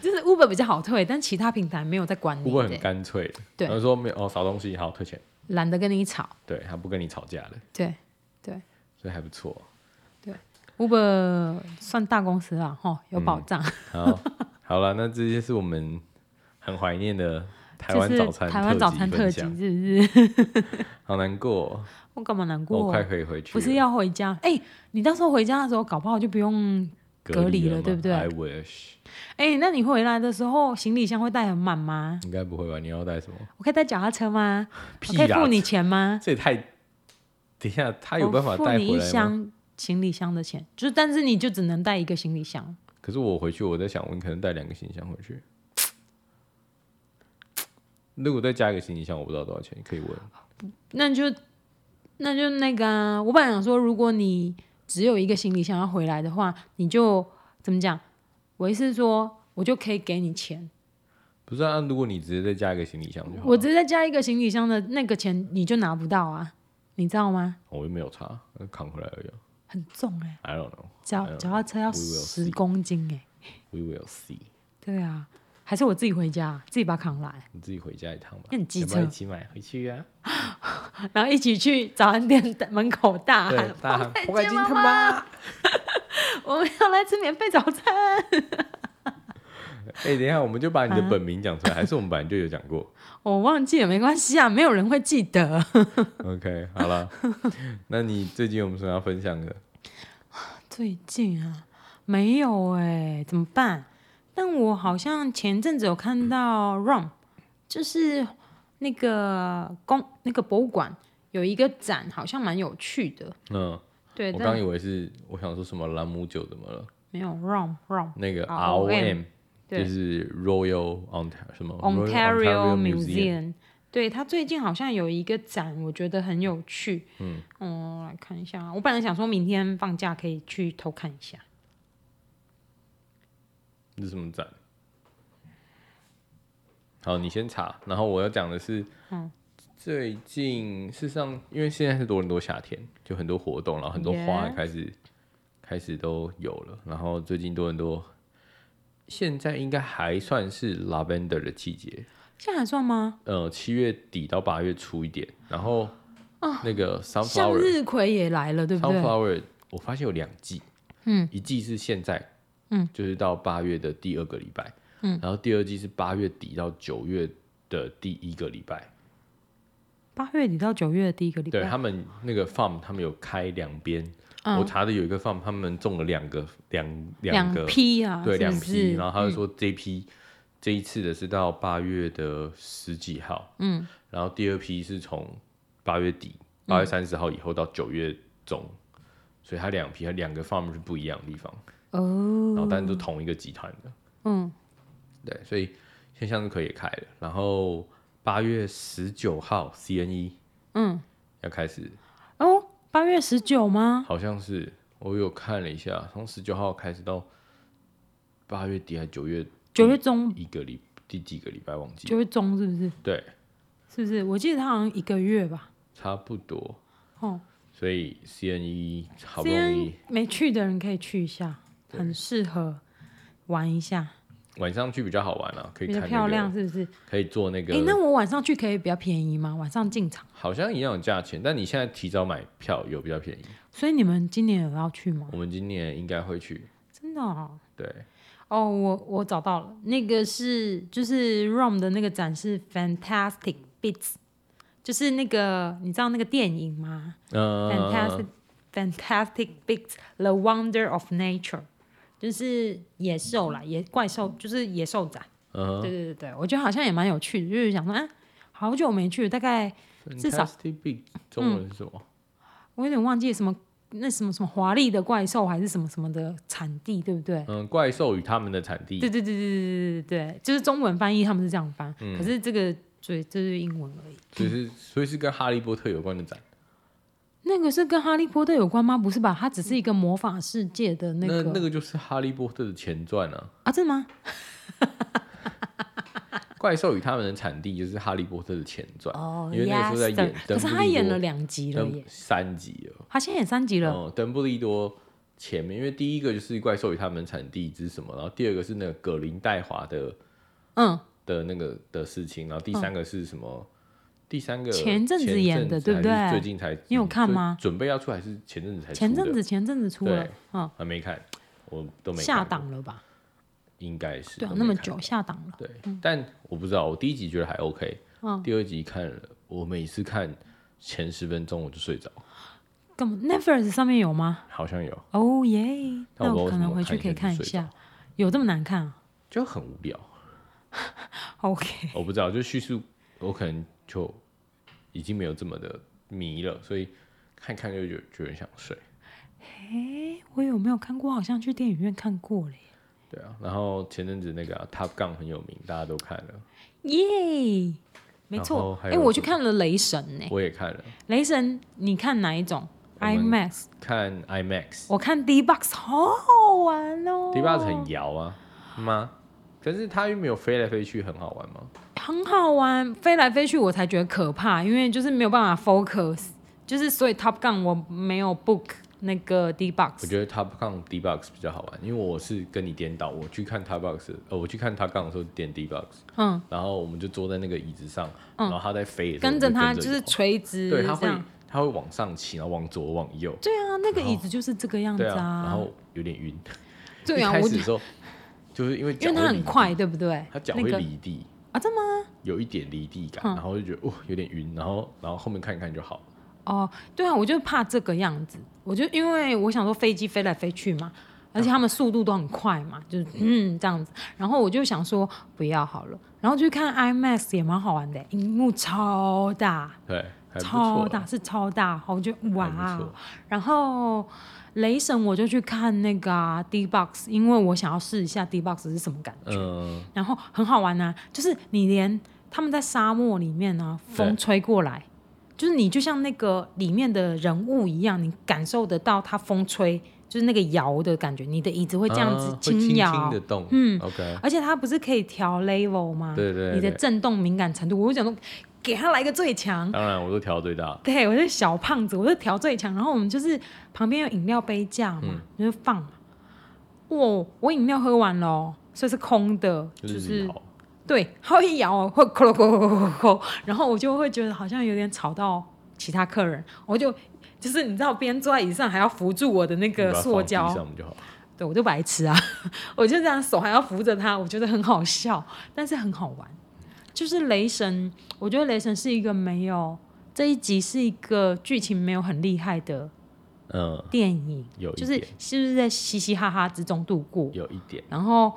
Speaker 2: 就是 Uber 比较好退，但其他平台没有在管你
Speaker 1: Uber 很
Speaker 2: 的，
Speaker 1: 干脆的，
Speaker 2: 对
Speaker 1: 然后说没有哦少东西，好退钱，
Speaker 2: 懒得跟你吵。
Speaker 1: 对他不跟你吵架了，
Speaker 2: 对对
Speaker 1: 所以还不错。
Speaker 2: ，Uber 算大公司啊，吼，
Speaker 1: 嗯
Speaker 2: 有保障。
Speaker 1: 好，好了，那这些是我们很怀念的 台
Speaker 2: 就
Speaker 1: 湾
Speaker 2: 是
Speaker 1: 早餐
Speaker 2: 台湾早餐
Speaker 1: 特
Speaker 2: 特
Speaker 1: 辑
Speaker 2: 辑是
Speaker 1: 分
Speaker 2: 不
Speaker 1: 享，
Speaker 2: 是？
Speaker 1: 好难过哦，
Speaker 2: 我干嘛难
Speaker 1: 我
Speaker 2: 过？
Speaker 1: 快可以回去了，
Speaker 2: 不是要回家？哎、你到时候回家的时候，搞不好就不用。
Speaker 1: 隔
Speaker 2: 隔离了
Speaker 1: 吗
Speaker 2: 对不对
Speaker 1: ？I wish，
Speaker 2: 哎、那你回来的时候，行李箱会带很满吗？
Speaker 1: 应该不会吧？你要带什么？
Speaker 2: 我可以带脚踏车吗？我
Speaker 1: 屁
Speaker 2: 可以
Speaker 1: 啦
Speaker 2: 付你钱吗？
Speaker 1: 这也太……等一下，他
Speaker 2: 我
Speaker 1: 有办法带
Speaker 2: 哦付你
Speaker 1: 回
Speaker 2: 一
Speaker 1: 来吗？
Speaker 2: 箱行李箱的钱，就是但是你就只能带一个行李箱。
Speaker 1: 可是我回去，我在想，我可能带两个行李箱回去。如果再加一个行李箱，我不知道多少钱，可以问。
Speaker 2: 那就那就那个啊、我本来想说，如果你只有一个行李箱要回来的话，你就怎么讲？我意思是说，我就可以给你钱，
Speaker 1: 不是啊，如果你直接再加一个行李箱就好
Speaker 2: 我
Speaker 1: 了，
Speaker 2: 直接再加一个行李箱的那个钱，你就拿不到啊，你知道吗？
Speaker 1: 我又没有差，扛回来而已啊。
Speaker 2: 很重哎、
Speaker 1: I don't know,
Speaker 2: 脚脚踏车要
Speaker 1: We will
Speaker 2: 十
Speaker 1: see
Speaker 2: 公斤哎、
Speaker 1: we will see。
Speaker 2: 对啊，还是我自己回家，自己把它扛来，
Speaker 1: 你自己回家一趟吧，
Speaker 2: 那你机
Speaker 1: 要不要
Speaker 2: 车
Speaker 1: 一起买回去啊？
Speaker 2: 然后一起去早餐店门口大
Speaker 1: 对
Speaker 2: 喊，：“
Speaker 1: 大喊
Speaker 2: 再
Speaker 1: 破盖
Speaker 2: 见
Speaker 1: 金
Speaker 2: 妈
Speaker 1: 他妈！”
Speaker 2: 我们要来吃免费早餐。
Speaker 1: 哎，等一下，我们就把你的本名讲 出来，还是我们本来就有讲过
Speaker 2: 我忘记了，没关系啊，没有人会记得。
Speaker 1: ？OK，好了，那你最近有没有什么要分享的？
Speaker 2: 最近啊，没有哎、怎么办？但我好像前阵子有看到 ROM，就是那个公那个博物馆有一个展，好像蛮有趣的。
Speaker 1: 嗯，
Speaker 2: 对，
Speaker 1: 我刚
Speaker 2: 但
Speaker 1: 以为是我想说什么兰姆酒怎么了？
Speaker 2: 没有 ROM ROM
Speaker 1: 那个
Speaker 2: ROM
Speaker 1: ROM
Speaker 2: 对
Speaker 1: 就是 Royal Ontario 什么 Royal
Speaker 2: Ontario
Speaker 1: Museum，
Speaker 2: Museum。对他最近好像有一个展，我觉得很有趣。嗯，我来看一下啊。我本来想说明天放假可以去偷看一下。
Speaker 1: 这是什么展？好，你先查，然后我要讲的是，最近事实上，因为现在是多伦多夏天，就很多活动，然后很多花
Speaker 2: Yeah
Speaker 1: 开始开始都有了，然后最近多伦多现在应该还算是 lavender 的季节，
Speaker 2: 现在还算吗？
Speaker 1: 呃，七月底到八月初一点，然后那个 sunflower、
Speaker 2: 向日葵也来了，对不对？
Speaker 1: Sunflower，我发现有两季，嗯，一季是现在，嗯，就是到八月的第二个礼拜，嗯，然后第二季是八月底到九月的第一个礼拜，
Speaker 2: 八月底到九月的第一个礼
Speaker 1: 对
Speaker 2: 拜，嗯
Speaker 1: 他们那个 farm，他们有开两边，我查的有一个 farm，他们种了两个两两
Speaker 2: 两
Speaker 1: 个，
Speaker 2: 批啊，
Speaker 1: 对，
Speaker 2: 是嗯
Speaker 1: 两
Speaker 2: 不
Speaker 1: 批，
Speaker 2: 是
Speaker 1: 然后他就说这批。这一次的是到八月的十几号，
Speaker 2: 嗯，
Speaker 1: 然后第二批是从八月底八月三十号以后到九月中，所以它两批它两个 farm 是不一样的地方，
Speaker 2: 哦，
Speaker 1: 然后但是都同一个集团的，
Speaker 2: 嗯，
Speaker 1: 对，所以现象是可以开了。然后八月十九号 CNE
Speaker 2: 嗯，
Speaker 1: 要开始，
Speaker 2: 哦，八月十九吗？
Speaker 1: 好像是我有看了一下，从十九号开始到八月底还九月
Speaker 2: 九月中，
Speaker 1: 一个礼第几个礼拜忘记了，
Speaker 2: 九月中是不是？
Speaker 1: 对，
Speaker 2: 是不是？我记得他好像一个月吧。
Speaker 1: 差不多。
Speaker 2: 哦
Speaker 1: 所以 CNE 好不容易
Speaker 2: ，CN 没去的人可以去一下，很适合玩一下，
Speaker 1: 晚上去比较好玩了、啊可以
Speaker 2: 比
Speaker 1: 看、那
Speaker 2: 较
Speaker 1: 个、
Speaker 2: 漂亮，是不是？
Speaker 1: 可以做那个，
Speaker 2: 哎、那我晚上去可以比较便宜吗？晚上进场，
Speaker 1: 好像一样有价钱，但你现在提早买票有比较便宜。
Speaker 2: 所以你们今年有要去吗？
Speaker 1: 我们今年应该会去，
Speaker 2: 真的哦，
Speaker 1: 对，
Speaker 2: 哦，我我找到了，那个是就是 Rom 的那个展示 Fantastic Beats，就是那个你知道那个电影吗、
Speaker 1: 嗯、
Speaker 2: f a n t a s t i c Fantastic Beats The Wonder of Nature，就是野兽啦，野怪兽就是野兽展。
Speaker 1: 嗯
Speaker 2: 对对对对，我觉得好像也蛮有趣的，就是想说，啊，好久没去，大概至少
Speaker 1: Fantastic Big 中文是什么？
Speaker 2: 我有点忘记什么那什么什么华丽的怪兽还是什么什么的产地，对不对？
Speaker 1: 嗯，怪兽与他们的产地
Speaker 2: 对。对对对对对对对，就是中文翻译他们是这样翻，
Speaker 1: 嗯
Speaker 2: 可是这个对，这是英文而已。
Speaker 1: 就是所以是跟哈利波特有关的展，
Speaker 2: 那个是跟哈利波特有关吗？不是吧？它只是一个魔法世界的那
Speaker 1: 那
Speaker 2: 个
Speaker 1: 那个就是哈利波特的前传啊。
Speaker 2: 啊，真的吗？
Speaker 1: 怪兽与他们的产地就是哈利波特的前传，
Speaker 2: 哦
Speaker 1: 因为那个时候在演
Speaker 2: yes，
Speaker 1: 邓布
Speaker 2: 可是
Speaker 1: 利
Speaker 2: 他演
Speaker 1: 多
Speaker 2: 了两集了
Speaker 1: 登
Speaker 2: 耶，
Speaker 1: 三集了。
Speaker 2: 他现在演三集了。
Speaker 1: 哦，邓布利多前面，因为第一个就是怪兽与他们的产地之什么，然后第二个是那个葛林戴华的
Speaker 2: 嗯，
Speaker 1: 的那个的事情，然后第三个是什么？第三个
Speaker 2: 前阵子
Speaker 1: 前
Speaker 2: 演的
Speaker 1: 还
Speaker 2: 对不对
Speaker 1: 是最近才嗯
Speaker 2: 你有看吗？
Speaker 1: 准备要出还是前阵子才出的？
Speaker 2: 前阵子前阵子出了
Speaker 1: 对，
Speaker 2: 嗯，
Speaker 1: 还没看，我都没
Speaker 2: 下
Speaker 1: 看过
Speaker 2: 档了吧？
Speaker 1: 应该是
Speaker 2: 对啊，
Speaker 1: 都
Speaker 2: 那
Speaker 1: 没
Speaker 2: 么
Speaker 1: 看
Speaker 2: 久下档了。
Speaker 1: 对，但我不知道，我第一集觉得还 OK，、
Speaker 2: 嗯
Speaker 1: 第二集看了，我每次看前十分钟我就睡着，
Speaker 2: 干嘛 Netflix 上面有吗？
Speaker 1: 好像有，
Speaker 2: 哦耶！
Speaker 1: 但
Speaker 2: 那
Speaker 1: 我不知道为
Speaker 2: 可
Speaker 1: 什么
Speaker 2: 能
Speaker 1: 我
Speaker 2: 回去
Speaker 1: 看一下
Speaker 2: 可以
Speaker 1: 就
Speaker 2: 看一
Speaker 1: 睡
Speaker 2: 下，有这么难看啊
Speaker 1: 就很无聊，
Speaker 2: ？OK，
Speaker 1: 我不知道，就叙述我可能就已经没有这么的迷了，所以看看就觉得觉得想睡，
Speaker 2: 哎，我有没有看过？好像去电影院看过嘞。
Speaker 1: 对啊，然后前阵子那个、啊、Top Gun 很有名，大家都看了，
Speaker 2: 耶，没
Speaker 1: 然后
Speaker 2: 错。
Speaker 1: 还有
Speaker 2: 哎，我
Speaker 1: 什
Speaker 2: 去
Speaker 1: 么
Speaker 2: 看了《雷神》呢。
Speaker 1: 我也看了，
Speaker 2: 雷神，你看哪一种
Speaker 1: 我们
Speaker 2: ？IMAX，
Speaker 1: 看 IMAX，
Speaker 2: 我看 D-box，好好玩哦。
Speaker 1: 迪巴斯很摇啊吗？可是它又没有飞来飞去，很好玩吗？
Speaker 2: 很好玩，飞来飞去我才觉得可怕，因为就是没有办法 focus，就是所以 Top Gun 我没有 book 那个 D-box。
Speaker 1: 我觉得 Top Gun D Box 比较好玩，因为我是跟你颠倒，我去看 Top Box，呃，我去看 Top Gun 的时候点 D Box，
Speaker 2: 嗯，
Speaker 1: 然后我们就坐在那个椅子上，然后它在飞的时候，
Speaker 2: 跟着
Speaker 1: 我
Speaker 2: 它
Speaker 1: 就
Speaker 2: 就是
Speaker 1: 摇
Speaker 2: 垂直
Speaker 1: 对，它
Speaker 2: 这
Speaker 1: 会
Speaker 2: 样。
Speaker 1: 它会往上起，然后往左往右，
Speaker 2: 对啊，那个椅子就是这个样子
Speaker 1: 对啊，然
Speaker 2: 啊。
Speaker 1: 后有点晕。
Speaker 2: 对啊，
Speaker 1: 一开
Speaker 2: 我
Speaker 1: 始的时候就是因为
Speaker 2: 因
Speaker 1: 脚
Speaker 2: 为它
Speaker 1: 会
Speaker 2: 很
Speaker 1: 离，
Speaker 2: 快，对不对？
Speaker 1: 它脚
Speaker 2: 那
Speaker 1: 会
Speaker 2: 个
Speaker 1: 离地，
Speaker 2: 啊，真的吗？
Speaker 1: 有一点离地感，
Speaker 2: 嗯
Speaker 1: 然后就觉得哦有点晕，然后然后后面看一看就好。
Speaker 2: 哦，对啊，我就怕这个样子。我就因为我想说飞机飞来飞去嘛，而且他们速度都很快嘛，就是嗯这样子。然后我就想说不要好了，然后就看 IMAX 也蛮好玩的，荧幕超大，
Speaker 1: 对，还不
Speaker 2: 超
Speaker 1: 错
Speaker 2: 大
Speaker 1: 啦，
Speaker 2: 是超大，我就
Speaker 1: 还
Speaker 2: 哇哦
Speaker 1: 不错。
Speaker 2: 然后雷神我就去看那个、啊、D box，因为我想要试一下 D box 是什么感觉。
Speaker 1: 嗯，
Speaker 2: 然后很好玩呐、啊就是你连他们在沙漠里面呢、啊，风
Speaker 1: 对
Speaker 2: 吹过来，就是你就像那个里面的人物一样，你感受得到它风吹，就是那个摇的感觉，你的椅子会这样
Speaker 1: 啊
Speaker 2: 子
Speaker 1: 会轻
Speaker 2: 摇。
Speaker 1: 轻的动，
Speaker 2: 嗯
Speaker 1: ，OK，
Speaker 2: 而且它不是可以调 level 吗？
Speaker 1: 对对对
Speaker 2: 你的震动敏感程度，我就想说，给他来个最强。
Speaker 1: 当然我都调到最大，
Speaker 2: 对，我是小胖子，我是调最强。然后我们就是旁边有饮料杯架嘛，
Speaker 1: 嗯
Speaker 2: 就是放嘛。哦，我饮料喝完了哦，所以是空的，
Speaker 1: 就
Speaker 2: 就是
Speaker 1: 摇
Speaker 2: 对，它会一摇哦，会咯咯咯咯咯咯，然后我就会觉得好像有点吵到其他客人，我就就是你知道，边坐在椅上还要扶住我的那
Speaker 1: 你
Speaker 2: 个
Speaker 1: 把它
Speaker 2: 塑
Speaker 1: 放地
Speaker 2: 胶，
Speaker 1: 上就好。
Speaker 2: 对我就白痴啊， 我就这样手还要扶着它，我觉得很好笑，但是很好玩。就是雷神，我觉得雷神是一个没有这一集是一个剧情没有很厉害的
Speaker 1: 嗯，
Speaker 2: 电影，
Speaker 1: 有一
Speaker 2: 就是
Speaker 1: 点
Speaker 2: 是不是在嘻嘻哈哈之中度过？
Speaker 1: 有一点，
Speaker 2: 然后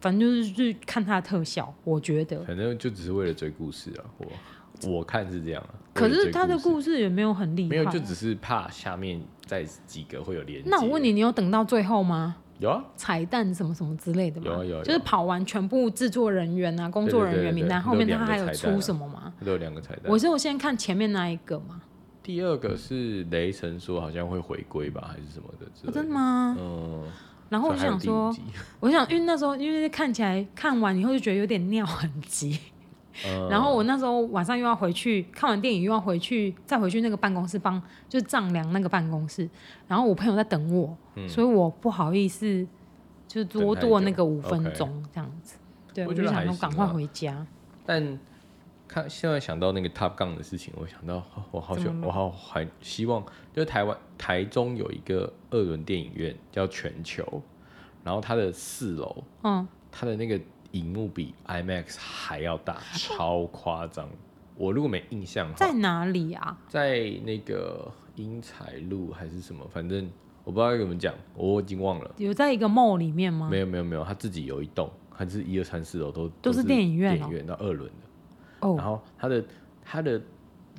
Speaker 2: 反正就是去看它的特效，我觉得。
Speaker 1: 反正就只是为了追故事啊。我我看是这样啊。
Speaker 2: 可
Speaker 1: 为了
Speaker 2: 是
Speaker 1: 追
Speaker 2: 它的
Speaker 1: 故
Speaker 2: 故事也没有很厉害，
Speaker 1: 没有，就只是怕下面再几个会有连接。
Speaker 2: 那我问你，，你有等到最后吗？
Speaker 1: 有啊？
Speaker 2: 彩蛋什么什么之类的吗？
Speaker 1: 有啊有啊
Speaker 2: 就是跑完全部制作人员啊、工作人
Speaker 1: 对对
Speaker 2: 员
Speaker 1: 对
Speaker 2: 名
Speaker 1: 对
Speaker 2: 单
Speaker 1: 对
Speaker 2: 后面，
Speaker 1: 有两
Speaker 2: 他
Speaker 1: 个
Speaker 2: 还有
Speaker 1: 彩蛋啊
Speaker 2: 出什么吗？
Speaker 1: 都有两个彩蛋。
Speaker 2: 我是我先看前面那一个嘛，
Speaker 1: 第二个是雷神说好像会回归吧，还是什么的之类
Speaker 2: 哦真的
Speaker 1: 的。
Speaker 2: 吗？
Speaker 1: 嗯，
Speaker 2: 然后我就
Speaker 1: 所以还有
Speaker 2: 想
Speaker 1: 第五
Speaker 2: 说，
Speaker 1: 集，
Speaker 2: 我想因为那时候因为看起来看完以后就觉得有点尿很急，
Speaker 1: 嗯
Speaker 2: 然后我那时候晚上又要回去看完电影又要回去再回去那个办公室帮就是丈量那个办公室，然后我朋友在等我，
Speaker 1: 嗯
Speaker 2: 所以我不好意思就
Speaker 1: 等
Speaker 2: 多
Speaker 1: 太久
Speaker 2: 做那个五分
Speaker 1: OK
Speaker 2: 钟这样子。对，
Speaker 1: 我
Speaker 2: 我
Speaker 1: 觉
Speaker 2: 就
Speaker 1: 得
Speaker 2: 想
Speaker 1: 还
Speaker 2: 说
Speaker 1: 行啊
Speaker 2: 赶快
Speaker 1: 啦
Speaker 2: 回家。
Speaker 1: 但看现在想到那个 Top Gun 的事情，我想到哦我好想
Speaker 2: 怎么
Speaker 1: 我好还希望，就是台湾台中有一个二轮电影院叫全球，然后它的四楼，
Speaker 2: 嗯，
Speaker 1: 它的那个荧幕比 IMAX 还要大，超夸张。我如果没印象的话
Speaker 2: 在，哪里啊？
Speaker 1: 在那个英才路还是什么，反正我不知道该怎么讲，我已经忘了。
Speaker 2: 有在一个 mall 里面吗？
Speaker 1: 没有没有没有，他自己有一栋，还是一二三四楼都
Speaker 2: 都是电影院哦
Speaker 1: 电影院到二轮的。然
Speaker 2: 哦，
Speaker 1: 后它的它的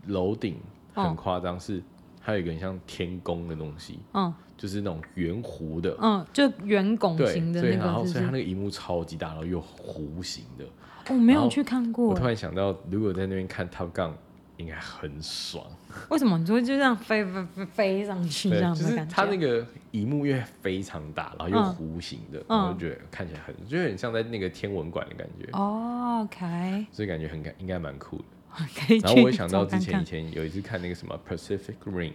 Speaker 1: 楼顶很夸张，是它有一个很像天宫的东西，
Speaker 2: 嗯
Speaker 1: 就是那种圆弧的，
Speaker 2: 嗯，就圆拱
Speaker 1: 对，
Speaker 2: 形的
Speaker 1: 所以
Speaker 2: 那
Speaker 1: 然后
Speaker 2: 个，是
Speaker 1: 所以它
Speaker 2: 不
Speaker 1: 那
Speaker 2: 是？
Speaker 1: 个荧幕超级大，然后又弧形的。
Speaker 2: 我哦没
Speaker 1: 然
Speaker 2: 有
Speaker 1: 后
Speaker 2: 去看
Speaker 1: 我
Speaker 2: 过
Speaker 1: 突，然想到，如果在那边看 Top Gun，应该很爽。
Speaker 2: 为什么你就会就这样飞飞飞飞上去这
Speaker 1: 对，
Speaker 2: 样
Speaker 1: 就
Speaker 2: 的
Speaker 1: 是
Speaker 2: 感
Speaker 1: 它那
Speaker 2: 觉？
Speaker 1: 个荧幕越非常大，然后又
Speaker 2: 嗯
Speaker 1: 弧形的，
Speaker 2: 嗯
Speaker 1: 然后就觉得看起来很，就很像在那个天文馆的感觉，
Speaker 2: 哦，OK，
Speaker 1: 所以感觉很感应该蛮酷的。
Speaker 2: 可以去
Speaker 1: 然后我也想到
Speaker 2: 找看
Speaker 1: 之前以
Speaker 2: 看。
Speaker 1: 前有一次看那个什么 Pacific Rim，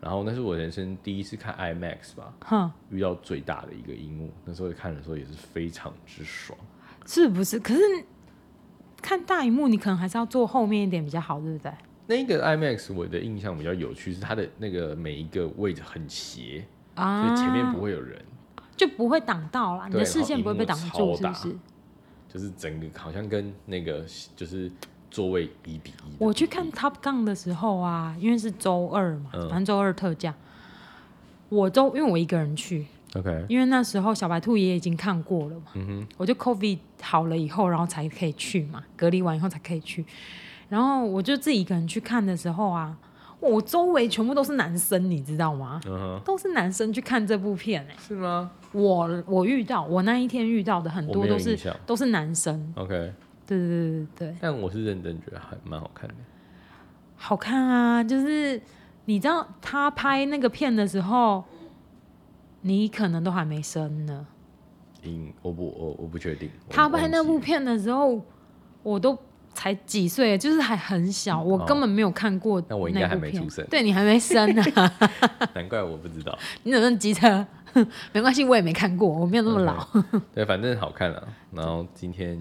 Speaker 1: 然后那是我人生第一次看 IMAX 吧，
Speaker 2: 哼，
Speaker 1: 遇到最大的一个荧幕。那时候看的时候也是非常之爽，
Speaker 2: 是不是？可是看大荧幕，你可能还是要坐后面一点比较好，对不对？
Speaker 1: 那个 IMAX 我的印象比较有趣，是它的那个每一个位置很斜，所
Speaker 2: 啊，
Speaker 1: 以前面不会有人，
Speaker 2: 就不会挡到啦，你
Speaker 1: 对
Speaker 2: 的视线不会被挡
Speaker 1: 然后荧幕
Speaker 2: 住，是
Speaker 1: 超
Speaker 2: 不
Speaker 1: 大
Speaker 2: 是？
Speaker 1: 就是整个好像跟那个就是座位一比一的比例。
Speaker 2: 我去看 Top Gun 的时候啊，因为是周二嘛，
Speaker 1: 嗯
Speaker 2: 反正周二特价。我周因为我一个人去，
Speaker 1: OK，
Speaker 2: 因为那时候小白兔也已经看过了嘛，我就 COVID 好了以后，然后才可以去嘛，隔离完以后才可以去。然后我就自己一个人去看的时候啊，我周围全部都是男生，你知道吗？
Speaker 1: 嗯哼，
Speaker 2: 都是男生去看这部片哎、
Speaker 1: 是吗
Speaker 2: 我我遇到我那一天遇到的很
Speaker 1: 我
Speaker 2: 多
Speaker 1: 没有
Speaker 2: 都
Speaker 1: 印
Speaker 2: 是
Speaker 1: 象
Speaker 2: 都是男生，
Speaker 1: ？OK，
Speaker 2: 对对对对对。
Speaker 1: 但我是认真觉得还蛮好看的。
Speaker 2: 好看啊，就是你知道他拍那个片的时候，你可能都还没生呢。
Speaker 1: 因我不我我不确定。我
Speaker 2: 他
Speaker 1: 忘
Speaker 2: 拍那
Speaker 1: 记
Speaker 2: 部
Speaker 1: 了
Speaker 2: 片的时候，我都才几岁，就是还很小，我根本没有看过
Speaker 1: 嗯哦那
Speaker 2: 那
Speaker 1: 我
Speaker 2: 部
Speaker 1: 应
Speaker 2: 片。
Speaker 1: 该还没出生
Speaker 2: 对你还没生 呢、
Speaker 1: 难怪我不知道。
Speaker 2: 你怎么那么急车？ 没关系，我也没看过，我没有那么老。
Speaker 1: 嗯对，反正好看了。然后今天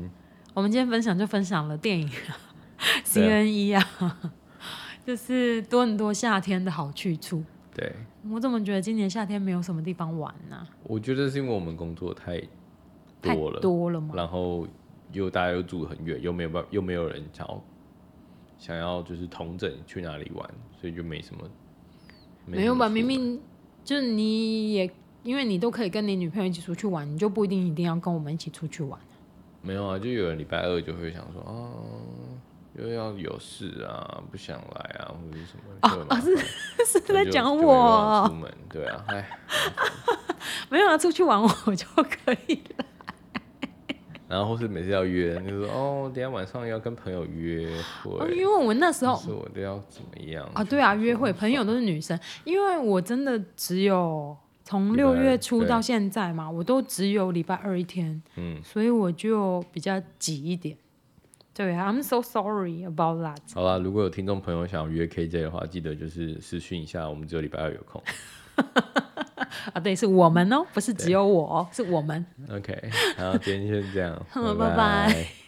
Speaker 2: 我们今天分享就分享了电影啊 C
Speaker 1: 对啊
Speaker 2: N E 啊， 就是多伦多夏天的好去处。
Speaker 1: 对，
Speaker 2: 我怎么觉得今年夏天没有什么地方玩呢、
Speaker 1: 我觉得是因为我们工作太
Speaker 2: 太
Speaker 1: 多了，
Speaker 2: 多了嘛。
Speaker 1: 然后又大家又住很远，又没有办，又没有人想要想要就是同整去哪里玩，所以就没什么。
Speaker 2: 没
Speaker 1: 什
Speaker 2: 有
Speaker 1: 么
Speaker 2: 吧？
Speaker 1: 出
Speaker 2: 明
Speaker 1: 门
Speaker 2: 明就是你也，因为你都可以跟你女朋友一起出去玩，你就不一定一定要跟我们一起出去玩。
Speaker 1: 没有啊，就有人礼拜二就会想说啊。又要有事啊，不想来啊，或者是什么哦，啊、是
Speaker 2: 是在讲
Speaker 1: 就没
Speaker 2: 我
Speaker 1: 办法
Speaker 2: 哦
Speaker 1: 出，门，对啊，哎，
Speaker 2: 没有啊，出去玩我就可以了。
Speaker 1: 然后或是每次要约，就说哦，等一下晚上要跟朋友约
Speaker 2: 哦
Speaker 1: 会，
Speaker 2: 因为我那时候
Speaker 1: 是我都要怎么样
Speaker 2: 啊，对啊，约会
Speaker 1: 就
Speaker 2: 朋友都是女生，因为我真的只有从
Speaker 1: 礼拜
Speaker 2: 六
Speaker 1: 二
Speaker 2: 月初
Speaker 1: 对
Speaker 2: 到现在嘛，我都只有礼拜二一天，
Speaker 1: 嗯，
Speaker 2: 所以我就比较挤一点。对啊，I'm so sorry about that。
Speaker 1: 好啦，如果有听众朋友想要约 KJ 的话，记得就是私讯一下，我们只有礼拜二有空。
Speaker 2: 啊，对，是我们哦，不是只有我哦，是我们。
Speaker 1: OK，然后今天就是这样
Speaker 2: ，好拜
Speaker 1: 拜
Speaker 2: 拜